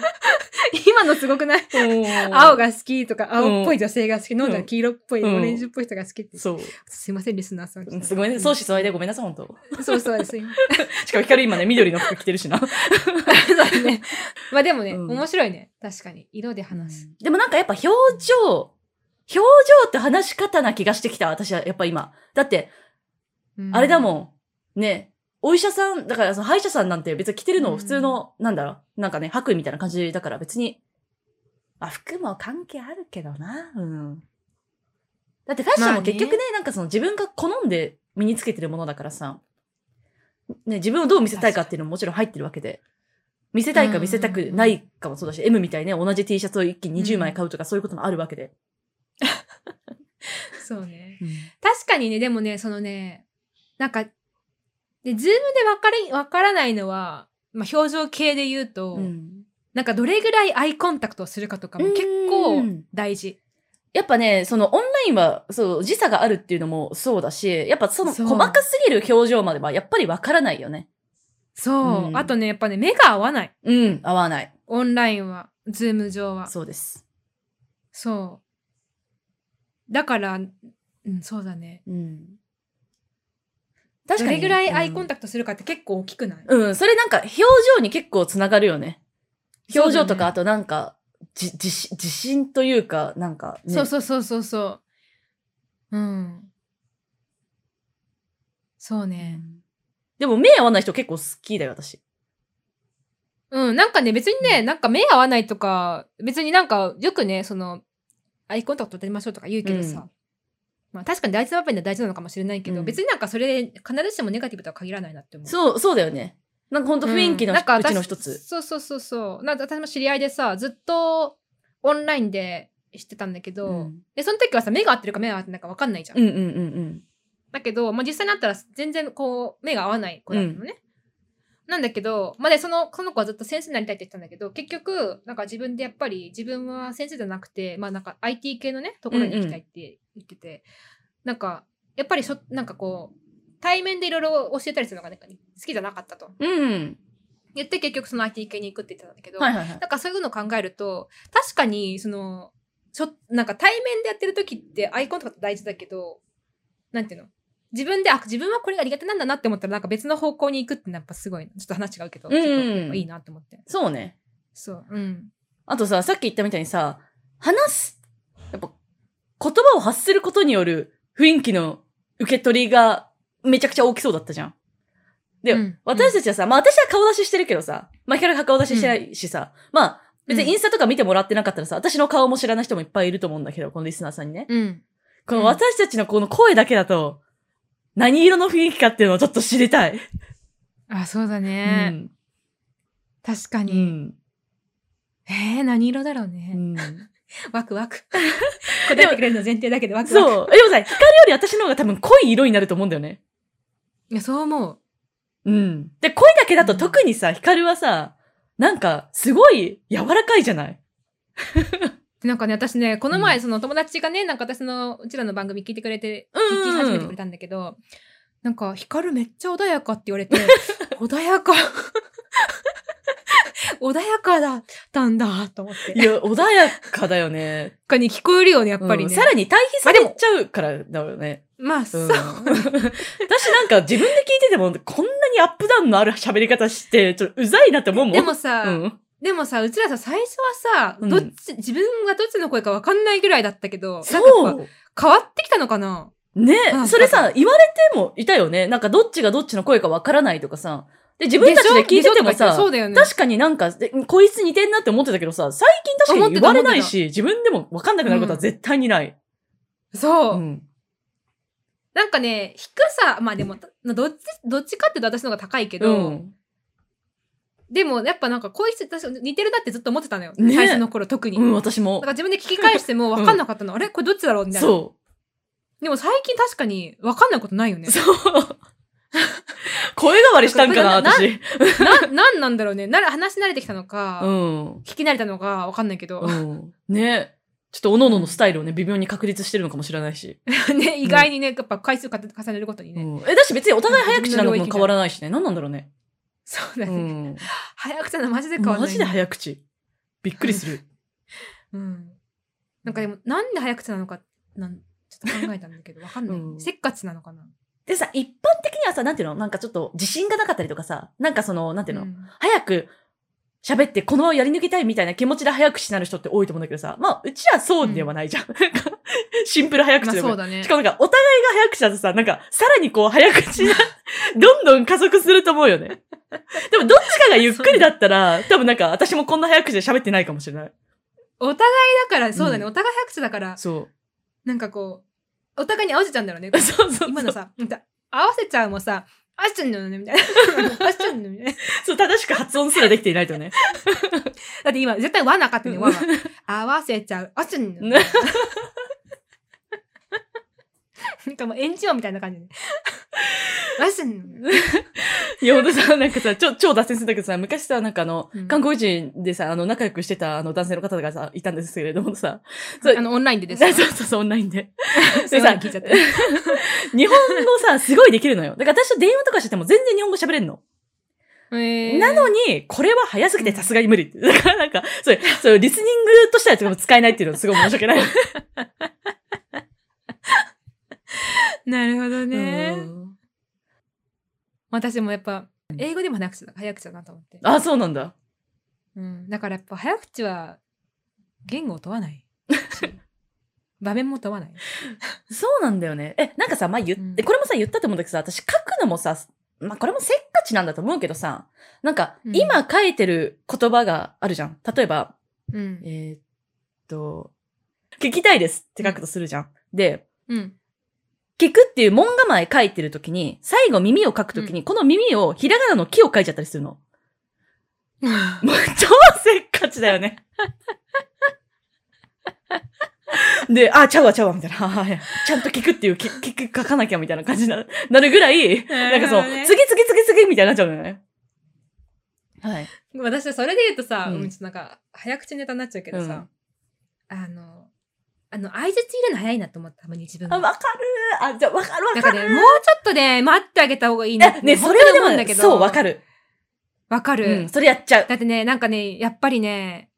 [SPEAKER 2] 今のすごくない
[SPEAKER 1] ー。が。
[SPEAKER 2] 青が好きとか、青っぽい女性が好き、のんちゃ
[SPEAKER 1] うんん
[SPEAKER 2] 黄色っぽい、
[SPEAKER 1] うん
[SPEAKER 2] オレンジっぽい人が好きって。
[SPEAKER 1] そう。
[SPEAKER 2] すいません、リスナーさん。
[SPEAKER 1] すごいね。相思相愛でごめんなさい、本当。
[SPEAKER 2] そうそうです。今
[SPEAKER 1] しかも光今ね、緑の服着てるしな。
[SPEAKER 2] そうね。まあでもね、
[SPEAKER 1] うん
[SPEAKER 2] 面白いね。確かに。色で話す。
[SPEAKER 1] でもなんかやっぱ表情、表情って話し方な気がしてきた、私はやっぱ今。だって、あれだ
[SPEAKER 2] ん。
[SPEAKER 1] もん。ね。お医者さん、だからその歯医者さんなんて別に着てるの普通の、なんだろう、なんかね、白衣みたいな感じだから別に、あ、服も関係あるけどな、うん。だってファッション
[SPEAKER 2] まあ
[SPEAKER 1] も
[SPEAKER 2] ね
[SPEAKER 1] 結局ね、なんかその自分が好んで身につけてるものだからさ、ね、自分をどう見せたいかっていうのももちろん入ってるわけで。見せたいか見せたくないかもそうだし、M みたいにね、同じ T シャツを一気に20枚買うとかそういうこともあるわけで。
[SPEAKER 2] そうね。確かにね、でもね、そのね、なんか、で、ズームでわかり、わからないのは、まあ、表情系で言うと、
[SPEAKER 1] うん
[SPEAKER 2] なんかどれぐらいアイコンタクトをするかとかも結
[SPEAKER 1] う
[SPEAKER 2] 構
[SPEAKER 1] ん
[SPEAKER 2] 大事。
[SPEAKER 1] やっぱね、そのオンラインは、そう、時差があるっていうのもそうだし、やっぱその
[SPEAKER 2] そう
[SPEAKER 1] 細かすぎる表情まではやっぱりわからないよね。
[SPEAKER 2] そう、
[SPEAKER 1] うん
[SPEAKER 2] あとね、やっぱね、目が合わない。
[SPEAKER 1] うん、合わない。
[SPEAKER 2] オンラインは、ズーム上は。そ
[SPEAKER 1] そ
[SPEAKER 2] う。
[SPEAKER 1] うです。
[SPEAKER 2] だから、うん、そうだね。
[SPEAKER 1] うん。
[SPEAKER 2] どれぐらいアイコン
[SPEAKER 1] タク
[SPEAKER 2] タクトするかって結構大きくない、
[SPEAKER 1] ト、うん、それなんか表情に結構つながるよね。表情とか、あとなんか、じ、自信、自信というか、なんか、ね、
[SPEAKER 2] そうそうそうそうそう。うん。そうね。
[SPEAKER 1] でも目合わない人結構好きだよ、私。
[SPEAKER 2] うん、なんかね、別にね、なんか目合わないとか、別になんか、よくね、その、アイコンタクト取りましょうとか言うけど
[SPEAKER 1] う
[SPEAKER 2] さ、
[SPEAKER 1] ん
[SPEAKER 2] まあ確かに大事な場面では大事なのかもしれないけど、
[SPEAKER 1] うん
[SPEAKER 2] 別になんかそれで必ずしもネガティブとは限らないなって思う。
[SPEAKER 1] そう、そうだよね。なんかほんと雰囲気の
[SPEAKER 2] うんなんか
[SPEAKER 1] う
[SPEAKER 2] 私
[SPEAKER 1] ちの一つ。
[SPEAKER 2] そうそうそうそう。なんか私も知り合いでさ、ずっとオンラインでしてたんだけど、
[SPEAKER 1] うん
[SPEAKER 2] で、その時はさ、目が合ってるか目が合ってないか分かんないじゃん。
[SPEAKER 1] うんうんうん
[SPEAKER 2] だけど、まあ、実際になったら全然こう、目が合わない子だったのね。なんだけど、まあ、で、その、その子はずっと先生になりたいって言ってたんだけど、結局、なんか自分でやっぱり自分は先生じゃなくて、まあ、なんか IT 系のね、ところに行きたいって言ってて、なんか、やっぱりしょ、なんかこう、対面でいろいろ教えたりするのがなんか好きじゃなかったと。
[SPEAKER 1] うん。うん。
[SPEAKER 2] 言って結局その IT 系に行くって言ってたんだけど、
[SPEAKER 1] はいはいはい。
[SPEAKER 2] なんかそういうのを考えると、確かに、その、ちょ、なんか対面でやってる時ってアイコンタクト大事だけど、なんていうの自分で、あ、自分はこれが苦手なんだなって思ったら、なんか別の方向に行くってのはやっぱすごい、ちょっと話違うけど、
[SPEAKER 1] うんうん
[SPEAKER 2] ちょっとやっぱいいなって思って。
[SPEAKER 1] そうね。
[SPEAKER 2] そう、うん。
[SPEAKER 1] あとさ、さっき言ったみたいにさ、話す、やっぱ、言葉を発することによる雰囲気の受け取りがめちゃくちゃ大きそうだったじゃん。で、
[SPEAKER 2] うん
[SPEAKER 1] 私たちはさ、まあ私は顔出ししてるけどさ、まあヒカルは顔出ししてないしさ、まあ別にインスタとか見てもらってなかったらさ、私の顔も知らない人もいっぱいいると思うんだけど、このリスナーさんにね。
[SPEAKER 2] うん。
[SPEAKER 1] この私たちのこの声だけだと、何色の雰囲気かっていうのをちょっと知りたい。
[SPEAKER 2] あ、そうだ
[SPEAKER 1] う
[SPEAKER 2] ね。
[SPEAKER 1] ん。
[SPEAKER 2] 確か
[SPEAKER 1] う
[SPEAKER 2] に。
[SPEAKER 1] ん。
[SPEAKER 2] えー、何色だろうね。
[SPEAKER 1] うん
[SPEAKER 2] ワクワク。 答えてくれるの前提だけど、ワクワク。
[SPEAKER 1] そう。えでもさ、ヒカルより私の方が多分濃い色になると思うんだよね。
[SPEAKER 2] いや、そう思う。
[SPEAKER 1] うん。で、声だけだと特にさ、ヒカルはさ、なんか、すごい柔らかいじゃない
[SPEAKER 2] でなんかね、私ね、この
[SPEAKER 1] う
[SPEAKER 2] 前、その友達がね、なんか私の、うちらの番組聞いてくれて、
[SPEAKER 1] うんうんうん
[SPEAKER 2] 聞き始めてくれたんだけど、なんか、ヒカルめっちゃ穏やかって言 われて、穏やか。穏やかだったんだ、と思っ
[SPEAKER 1] い
[SPEAKER 2] て。
[SPEAKER 1] や、穏やかだよね。
[SPEAKER 2] 他に聞こえるよ ね、やっ
[SPEAKER 1] や
[SPEAKER 2] ぱりね。
[SPEAKER 1] さらに対比されちゃうからだよね。
[SPEAKER 2] まあ、そう う。
[SPEAKER 1] ん、私なんか自分で聞いてても、こんなにアップダウンのある喋り方して、ちょっとうざいなって思うもん。
[SPEAKER 2] でもさ、
[SPEAKER 1] うん。
[SPEAKER 2] でもさ、うちらさ、最初はさ、
[SPEAKER 1] うん
[SPEAKER 2] どっち、自分がどっちの声かわかんないぐらいだったけど、なんか
[SPEAKER 1] そ
[SPEAKER 2] やっ
[SPEAKER 1] う。
[SPEAKER 2] ぱ変わってきたのかな
[SPEAKER 1] ね
[SPEAKER 2] うん
[SPEAKER 1] それさ、言われてもいたよね。なんかどっちがどっちの声かわからないとかさ。で、自分たちで聞いてても
[SPEAKER 2] でしょでしょとか言っ
[SPEAKER 1] さ、
[SPEAKER 2] そうだよね。
[SPEAKER 1] 確かになんか、でこいつ似てんなって思ってたけどさ、最近確かに言われないし、自分でも分かんなくなることは絶対にない。
[SPEAKER 2] そう。
[SPEAKER 1] うん。
[SPEAKER 2] なんかね、低さ、まあでも、たどっち、どっちかっていうと私の方が高いけ
[SPEAKER 1] う
[SPEAKER 2] ど、
[SPEAKER 1] ん。
[SPEAKER 2] でもやっぱなんかこいつ、私似てるなってずっと思ってたのよ。
[SPEAKER 1] ね
[SPEAKER 2] 最初の頃特に。
[SPEAKER 1] うん、
[SPEAKER 2] だ
[SPEAKER 1] 私も
[SPEAKER 2] から。自分で聞き返しても分かんなかったの。あれこれどっちだろうみたいな。
[SPEAKER 1] そ
[SPEAKER 2] でも最近確かに分かんないことないよね
[SPEAKER 1] う。。 そう。声変わりしたんかな、
[SPEAKER 2] だから
[SPEAKER 1] 私。
[SPEAKER 2] な、なんなんだろうね。なら、話し慣れてきたのか、
[SPEAKER 1] うん。
[SPEAKER 2] 聞き慣れたのか分かんないけど
[SPEAKER 1] う、ん。ねちょっと、おのののスタイルをね、微妙に確立してるのかもしれないし。
[SPEAKER 2] ね、意外にね、やっぱ回数重ねるごとに
[SPEAKER 1] う
[SPEAKER 2] ね。
[SPEAKER 1] ん。え、だし別にお互い早口なのも変わらないしね。何なんだろうね。
[SPEAKER 2] そうだ
[SPEAKER 1] う
[SPEAKER 2] ね。
[SPEAKER 1] ん。
[SPEAKER 2] 早口なのマジで変わんない、
[SPEAKER 1] マジで早口。びっくりする。
[SPEAKER 2] うん。なんかでも、なんで早口なのか、なん、ちょっと考えたんだけど、分かんない。
[SPEAKER 1] うん
[SPEAKER 2] せっかちなのかな。っ
[SPEAKER 1] でさ、一般的にはさ、なんていうのなんかちょっと自信がなかったりとかさ、なんかその、なんていうの、早く喋ってこのままやり抜きたいみたいな気持ちで早口になる人って多いと思うんだけどさ、まあ、うちはそうではないじゃん。なんかシンプル早口
[SPEAKER 2] まあ
[SPEAKER 1] でも、
[SPEAKER 2] そうだね
[SPEAKER 1] し。かもなんか、お互いが早口だとさ、なんか、さらにこう早 口な、どんどん加速すると思うよね。でも、どっちかがゆっくりだったら、多分なんか、私もこんな早口で喋ってないかもしれない。
[SPEAKER 2] お互いだから、そうだね、
[SPEAKER 1] うん
[SPEAKER 2] お互い拍手だから、
[SPEAKER 1] そ
[SPEAKER 2] なんかこう、お互いに合わせちゃうんだろうね
[SPEAKER 1] う。。そうそうそう。
[SPEAKER 2] 今のさ、なんか合わせちゃうもさ、あっちゃんのね、み たいな。あっちゃんのね。
[SPEAKER 1] そう、正しく発音すらできていないと ね。
[SPEAKER 2] だって今、絶対わなかったね、わは。合わせちゃう。あっちゃんの。
[SPEAKER 1] ね
[SPEAKER 2] なんかもう延長みたいな感じで。あっちゃんの。
[SPEAKER 1] 山本さん、なんかさ、ちょ、超脱線するんだけどさ、昔さ、なんかあの、
[SPEAKER 2] うん
[SPEAKER 1] 韓国人でさ、あの、仲良くしてたあの男性の方がさ、いたんですけれどもさ、
[SPEAKER 2] あの、オンラインでで す
[SPEAKER 1] そ
[SPEAKER 2] か
[SPEAKER 1] うそうそう、オンラインで。
[SPEAKER 2] すいません聞いちゃって。
[SPEAKER 1] 日本語さ、すごいできるのよ。だから私と電話とかしてても全然日本語喋れんの。なのに、これは早すぎてさすがに無理 って。だからなんか、それ、それリスニングとしてはでも使えないっていうのはすごい申し訳ない。
[SPEAKER 2] なるほどね
[SPEAKER 1] う。ん
[SPEAKER 2] 私もやっぱ、英語でも早口だ、早口だなと思って。
[SPEAKER 1] あ、そうなんだ。
[SPEAKER 2] うん。だからやっぱ早口は、言語を問わ ない。場面も問わない。
[SPEAKER 1] そうなんだよね。え、なんかさ、まあ、言って、
[SPEAKER 2] うん
[SPEAKER 1] これもさ、言ったと思うんだけどさ、私書くのもさ、まあ、これもせっかちなんだと思うけどさ、なんか
[SPEAKER 2] う、ん
[SPEAKER 1] 今書いてる言葉があるじゃん。例えば、
[SPEAKER 2] うん。
[SPEAKER 1] えーっと、聞きたいですって書くとするじゃん。で、
[SPEAKER 2] うん。
[SPEAKER 1] 聞くっていう門構え書いてるときに、最後耳を書くときに、この耳をひらがなの木を書いちゃったりする の。もう超せっかちだよね。で、あ、ちゃうわ、ちゃうわ、みたいな。あはいちゃんと聞くっていう、き聞く、書かなきゃ、みたいな感じにななるぐらい、なんかそう、
[SPEAKER 2] なるほどね
[SPEAKER 1] 次、次、次、次、みたいになっちゃうのよね。はい。
[SPEAKER 2] 私はそれで言うとさ、
[SPEAKER 1] うん
[SPEAKER 2] うん、ちょっとなんか、早口ネタになっちゃうけど
[SPEAKER 1] う
[SPEAKER 2] さ
[SPEAKER 1] ん、
[SPEAKER 2] あの、あの、相槌入れるの早いなと思った、たまに自分
[SPEAKER 1] あ、
[SPEAKER 2] が。
[SPEAKER 1] わかるあ、じゃあ、わかる、
[SPEAKER 2] な
[SPEAKER 1] わ
[SPEAKER 2] ん
[SPEAKER 1] か
[SPEAKER 2] か
[SPEAKER 1] る。
[SPEAKER 2] ね、もうちょっとね、待ってあげた方がいいなって
[SPEAKER 1] え、ね、それはでも
[SPEAKER 2] 本当に思うんだ
[SPEAKER 1] ね、
[SPEAKER 2] けど
[SPEAKER 1] そう、わかる。
[SPEAKER 2] わか
[SPEAKER 1] う
[SPEAKER 2] る、
[SPEAKER 1] ん、それやっちゃう。
[SPEAKER 2] だってね、なんかね、やっぱりね、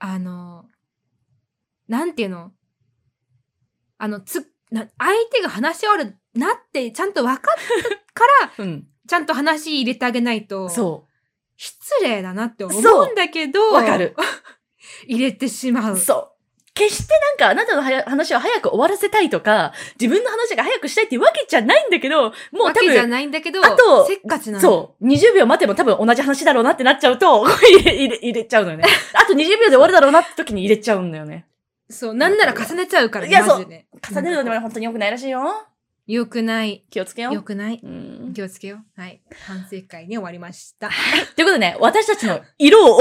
[SPEAKER 2] あの、なんていうのあの、つ、な相手が話し終わるなって、ちゃんと分かったから、
[SPEAKER 1] うん。
[SPEAKER 2] ちゃんと話入れてあげないと、
[SPEAKER 1] そ
[SPEAKER 2] 失礼だなって思
[SPEAKER 1] そう
[SPEAKER 2] うんだけど、
[SPEAKER 1] う。わかる。。
[SPEAKER 2] 入れてしまう。
[SPEAKER 1] そう。決してなんかあなたのはや話を早く終わらせたいとか、自分の話が早くしたいってわけじゃないんだけど、もう
[SPEAKER 2] わ
[SPEAKER 1] 多
[SPEAKER 2] けじゃ
[SPEAKER 1] 分、
[SPEAKER 2] ないんだけど、
[SPEAKER 1] あと
[SPEAKER 2] せっかちなの。
[SPEAKER 1] そう。20秒待てば多分同じ話だろうなってなっちゃうと、こ れ入れ、入れ、入れちゃうのよ ね。あと20秒で終わるだろうなって時に入れちゃうんだよね。
[SPEAKER 2] そう、なんなら重ねちゃうから、
[SPEAKER 1] いや
[SPEAKER 2] マジでね。
[SPEAKER 1] 重ねるので
[SPEAKER 2] うん
[SPEAKER 1] も本当に良くないらしいよ。
[SPEAKER 2] よくない。
[SPEAKER 1] 気をつけよう。
[SPEAKER 2] よくない。
[SPEAKER 1] うん。と
[SPEAKER 2] 気をつけよう。はい。反省会に終わりまし
[SPEAKER 1] い
[SPEAKER 2] た。
[SPEAKER 1] うことでね、私たちの色を、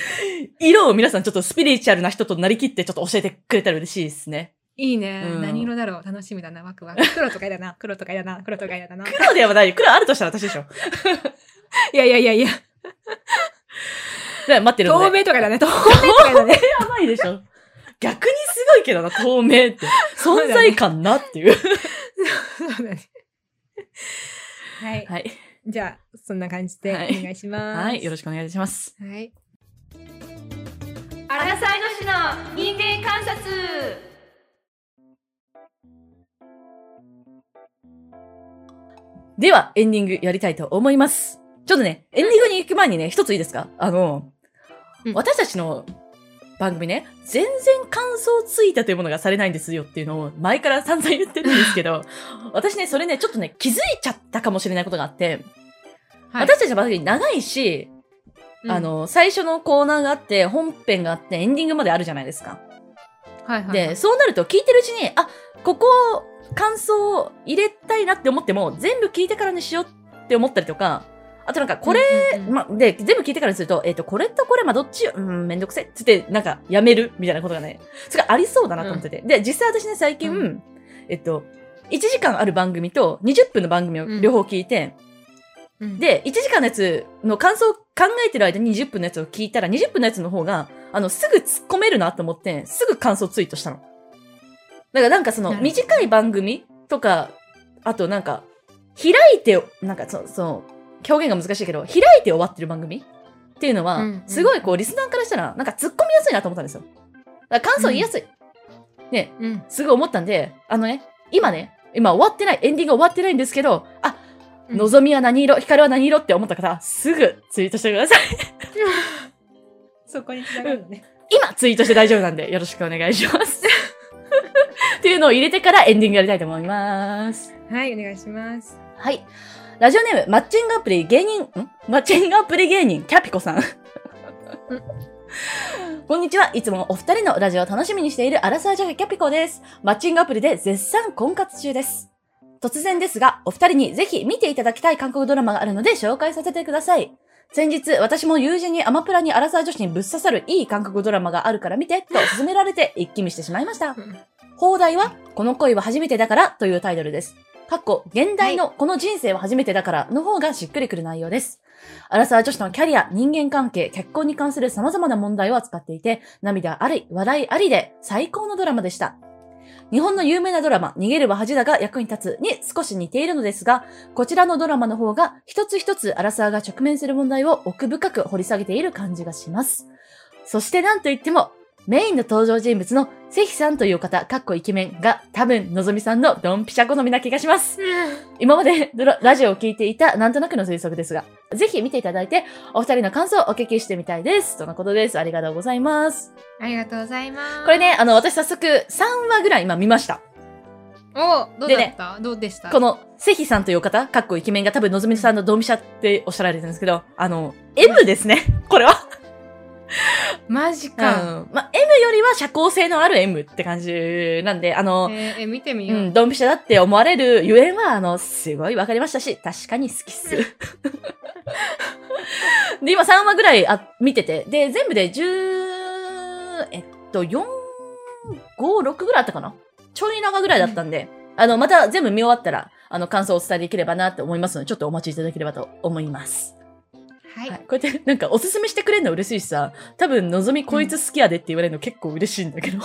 [SPEAKER 1] 色を皆さんちょっとスピリチュアルな人となりきってちょっと教えてくれたら嬉しいですね。
[SPEAKER 2] いいね、
[SPEAKER 1] うん
[SPEAKER 2] 何色だろう楽しみだな。ワ クワク。黒とか嫌だな。黒とか嫌だな。黒とか嫌だな。い
[SPEAKER 1] 黒では ない。黒あるとしたら私でしょ。
[SPEAKER 2] やいやいやいや。
[SPEAKER 1] で待ってるので。
[SPEAKER 2] 透明とかだね。透明とか嫌だ ね。
[SPEAKER 1] やばいでしょ。逆にすごいけどな、透明って。存在感なっていう。
[SPEAKER 2] そうだね。は い。
[SPEAKER 1] はい。
[SPEAKER 2] じゃあ、そんな感じでお
[SPEAKER 1] はい
[SPEAKER 2] 願いします。
[SPEAKER 1] はい。よろしくお願いします。
[SPEAKER 2] く。はい。
[SPEAKER 3] アラサイの市の人間観察
[SPEAKER 1] では、エンディングやりたいと思います。ちょっとね、エンディングに行く前にね、一ついいですかあの、
[SPEAKER 2] うん
[SPEAKER 1] 私たちの番組ね、全然感想ついたというものがされないんですよっていうのを前から散々言ってるんですけ ど、私ね、それね、ちょっとね、気づいちゃったかもしれないことがあって、
[SPEAKER 2] はい
[SPEAKER 1] 私たちの番組長いし、
[SPEAKER 2] うん
[SPEAKER 1] あ、の、最初のコーナーがあって、本編があって、エンディングまであるじゃないですか。
[SPEAKER 2] はいはい。
[SPEAKER 1] で、、そうなると聞いてるうちに、あ、ここ、感想を入れたいなって思っても、全部聞いてからにしようって思ったりとか、あとなんか、これ、、ま、で、全部聞いてからにすると、えっ、と、これとこれ、まあ、どっち、うん、めんどくせえっつって、なんか、やめるみたいなことがね、それがありそうだなと思ってて。で、実際私ね、最近、
[SPEAKER 2] う
[SPEAKER 1] えっと、1時間ある番組と20分の番組を両方聞いて、
[SPEAKER 2] うん、
[SPEAKER 1] で、1時間のやつの感想を考えてる間に20分のやつを聞いたら、20分のやつの方が、あの、すぐ突っ込めるなと思って、すぐ感想ツイートしたの。だからなんかその、
[SPEAKER 2] なるほど
[SPEAKER 1] 短い番組とか、あとなんか、開いて、なんかそ、その、表現が難しいけど、開いて終わってる番組っていうのは、
[SPEAKER 2] うんうん
[SPEAKER 1] すごいこう、リスナーからしたら、なんか突っ込みやすいなと思ったんですよ。だから感想言いやすい。ね、
[SPEAKER 2] うん。
[SPEAKER 1] すごい思ったんで、あのね、今ね、今終わってない、エンディング終わってないんですけど、あ、
[SPEAKER 2] うん
[SPEAKER 1] のぞみは何色、光は何色って思った方、すぐツイートしてください。
[SPEAKER 2] そこに繋がるのね。
[SPEAKER 1] 今ツイートして大丈夫なんで、よろしくお願いし ます。っていうのを入れてからエンディングやりたいと思います。
[SPEAKER 2] はい、お願いします。
[SPEAKER 1] はい。ラジオネーム、マッチングアプリ芸人、んマッチングアプリ芸人、キャピコさん。 こんにちは。いつもお二人のラジオを楽しみにしているアラサージャガキャピコです。マッチングアプリで絶賛婚活中です。突然ですが、お二人にぜひ見ていただきたい韓国ドラマがあるので紹介させてください。先日、私も友人にアマプラにアラサー女子にぶっ刺さるいい韓国ドラマがあるから見て、と勧められて一気見してしまいました。放題は、この恋は初めてだからというタイトルです。かっこ、現代のこの人生は初めてだからの方がしっくりくる内容です。アラサー女子のキャリア、人間関係、結婚に関する様々な問題を扱っていて、涙あり、笑いありで最高のドラマでした。日本の有名なドラマ、逃げれば恥だが役に立つに少し似ているのですが、こちらのドラマの方が一つ一つアラサーが直面する問題を奥深く掘り下げている感じがします。そしてなんといっても、メインの登場人物のセヒさんという方、かっこイケメンが多分のぞみさんのドンピシャ好みな気がします。今までドララジオを聞いていたなんとなくの推測ですが、ぜひ見ていただいて、お二人の感想をお聞きしてみたいです。とのことです。ありがとうございます。
[SPEAKER 2] ありがとうございます。
[SPEAKER 1] これね、あの、私早速3話ぐらい今見ました。
[SPEAKER 2] おどう
[SPEAKER 1] で
[SPEAKER 2] だ
[SPEAKER 1] ね
[SPEAKER 2] った、どうでした
[SPEAKER 1] この、セヒさんという方、かっこイケメンが多分のぞみさんのドンピシャっておっしゃられてるんですけど、あの、M ですね。これは。
[SPEAKER 2] マジ
[SPEAKER 1] う
[SPEAKER 2] か。
[SPEAKER 1] ん。まあ、M よりは社交性のある M って感じなんで、あの、
[SPEAKER 2] えーえ見てみ
[SPEAKER 1] う
[SPEAKER 2] よう。
[SPEAKER 1] ん、ドンピシャだって思われるゆえんは、あの、すごいわかりましたし、確かに好きっす。で、今3話ぐらいあ見てて、で、全部で10、えっと、4、5、6ぐらいあったかなちょい長ぐらいだったんで、あの、また全部見終わったら、あの、感想をお伝えできればなって思いますので、ちょっとお待ちいただければと思います。
[SPEAKER 2] は
[SPEAKER 1] はいい。。こうやって、なんか、おすすめしてくれるの嬉しいしさ、多分、のぞみこいつ好きやでって言われるの結構嬉しいんだけど。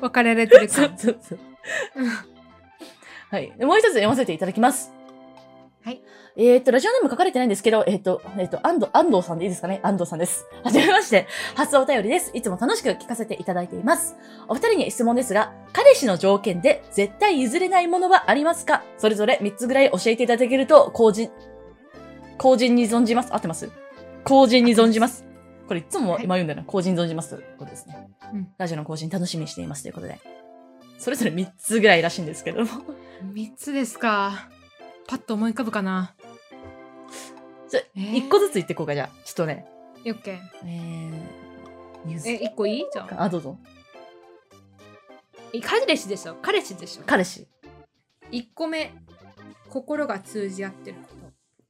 [SPEAKER 2] 別れられてる
[SPEAKER 1] そ
[SPEAKER 2] か
[SPEAKER 1] う。そうそう。 はい。でもう一つ読ませていただきます。
[SPEAKER 2] はい。
[SPEAKER 1] えっ、と、ラジオネーム書かれてないんですけど、えっ、と、えっ、と、安藤、安藤さんでいいですかね安藤さんです。はじめまして。初お便りです。いつも楽しく聞かせていただいています。お二人に質問ですが、彼氏の条件で絶対譲れないものはありますかそれぞれ3つぐらい教えていただけると、後人、後人に存じます。合ってます後人に存じます。これいつも
[SPEAKER 2] はい
[SPEAKER 1] 迷うんだよな。後人に存じますということですね。
[SPEAKER 2] うん
[SPEAKER 1] ラジオの更新楽しみにしていますということで。それぞれ3つぐらいらしいんですけども。
[SPEAKER 2] 三つですか。パッと思い浮かぶかな。
[SPEAKER 1] ちょ
[SPEAKER 2] えー
[SPEAKER 1] 1個ずつ言っていこうか、じゃあ。ちょっとね。
[SPEAKER 2] よっけ。
[SPEAKER 1] えー、ニュース
[SPEAKER 2] え、一個いいじゃん。
[SPEAKER 1] あ、どうぞ。
[SPEAKER 2] え彼氏でしょ彼氏でしょ
[SPEAKER 1] 彼氏。
[SPEAKER 2] 一個目。心が通じ合ってるこ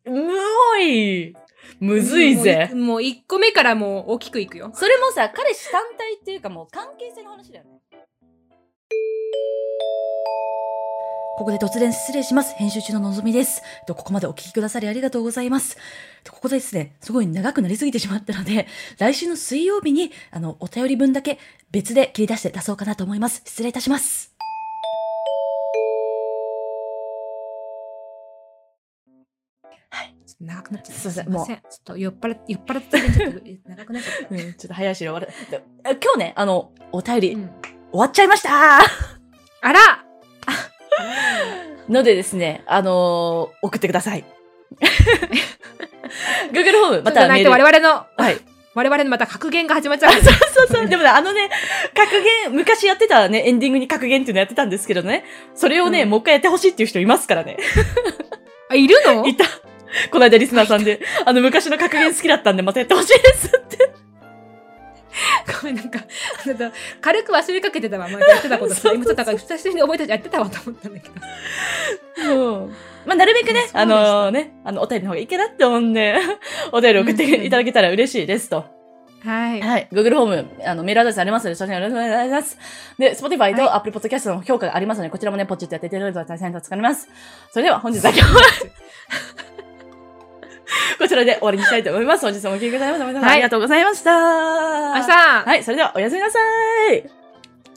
[SPEAKER 2] と。
[SPEAKER 1] うおいむずいぜ。
[SPEAKER 2] もう一個目からもう大きくいくよ。
[SPEAKER 1] それもさ、彼氏単体っていうかもう関係性の話だよね。ここで突然失礼します。編集中ののぞみです。えっとここまでお聞きくださりありがとうございます。えっとここでですね、すごい長くなりすぎてしまったので、来週の水曜日に、あの、お便り分だけ別で切り出して出そうかなと思います。失礼いたします。
[SPEAKER 2] ちょっと長くなっちゃった。
[SPEAKER 1] すいません
[SPEAKER 2] いません。ちょっと酔っ払って、酔っ払ってて、ちょっとえ長くなっちゃっ
[SPEAKER 1] うん、ちょっと早いし終わる。でえ今日ね、あの、お便り
[SPEAKER 2] た。う
[SPEAKER 1] 終
[SPEAKER 2] ん
[SPEAKER 1] わっちゃいました
[SPEAKER 2] あら
[SPEAKER 1] のでですね、あのー送ってくださ い。Google ホーム、ま
[SPEAKER 2] また
[SPEAKER 1] たメ
[SPEAKER 2] ない
[SPEAKER 1] ー
[SPEAKER 2] と
[SPEAKER 1] ル。
[SPEAKER 2] 我々の、
[SPEAKER 1] はい。
[SPEAKER 2] 我々のまた格言が始まっちゃ うから。
[SPEAKER 1] そうそう。でもね、あのね、格言、昔やってたね、エンディングに格言っていうのやってたんですけどね、それをね、
[SPEAKER 2] うん
[SPEAKER 1] もう一回やってほしいっていう人いますからね。
[SPEAKER 2] あ、いるの
[SPEAKER 1] いた。この間リスナーさんで、あの、昔の格言好きだったんで、またやってほしいですって。
[SPEAKER 2] ごめん、なんか、あの軽く忘れかけてたわ。まあ、やってたこと。
[SPEAKER 1] そうそうそう
[SPEAKER 2] 今ちょっとなんか久しぶりに覚えたし、やってたわと思ったんだけど。
[SPEAKER 1] まあ、なるべくね、
[SPEAKER 2] あ
[SPEAKER 1] あ
[SPEAKER 2] そうでした
[SPEAKER 1] のね、あの、お便りの方がいいかなって思うんで、 お便り送っていただけたら嬉しいですと。
[SPEAKER 2] はい。
[SPEAKER 1] はい。Google ホーム、あの、メールアドレスありますので、そちらよろしくお願いします。で、Spotify と
[SPEAKER 2] は
[SPEAKER 1] Apple Podcast の評価がありますので、こちらもね、ポチッとやっていただけると大変助かります。それでは本日だ けは、こちらで終わりにしたいと思います。本日もお聞きくださいました。皆さん
[SPEAKER 2] はい
[SPEAKER 1] ありがとうございました。
[SPEAKER 2] 明
[SPEAKER 1] は
[SPEAKER 2] 日、
[SPEAKER 1] い、それではおやすみなさい。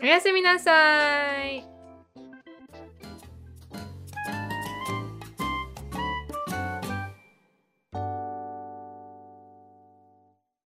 [SPEAKER 2] おやすみなさい。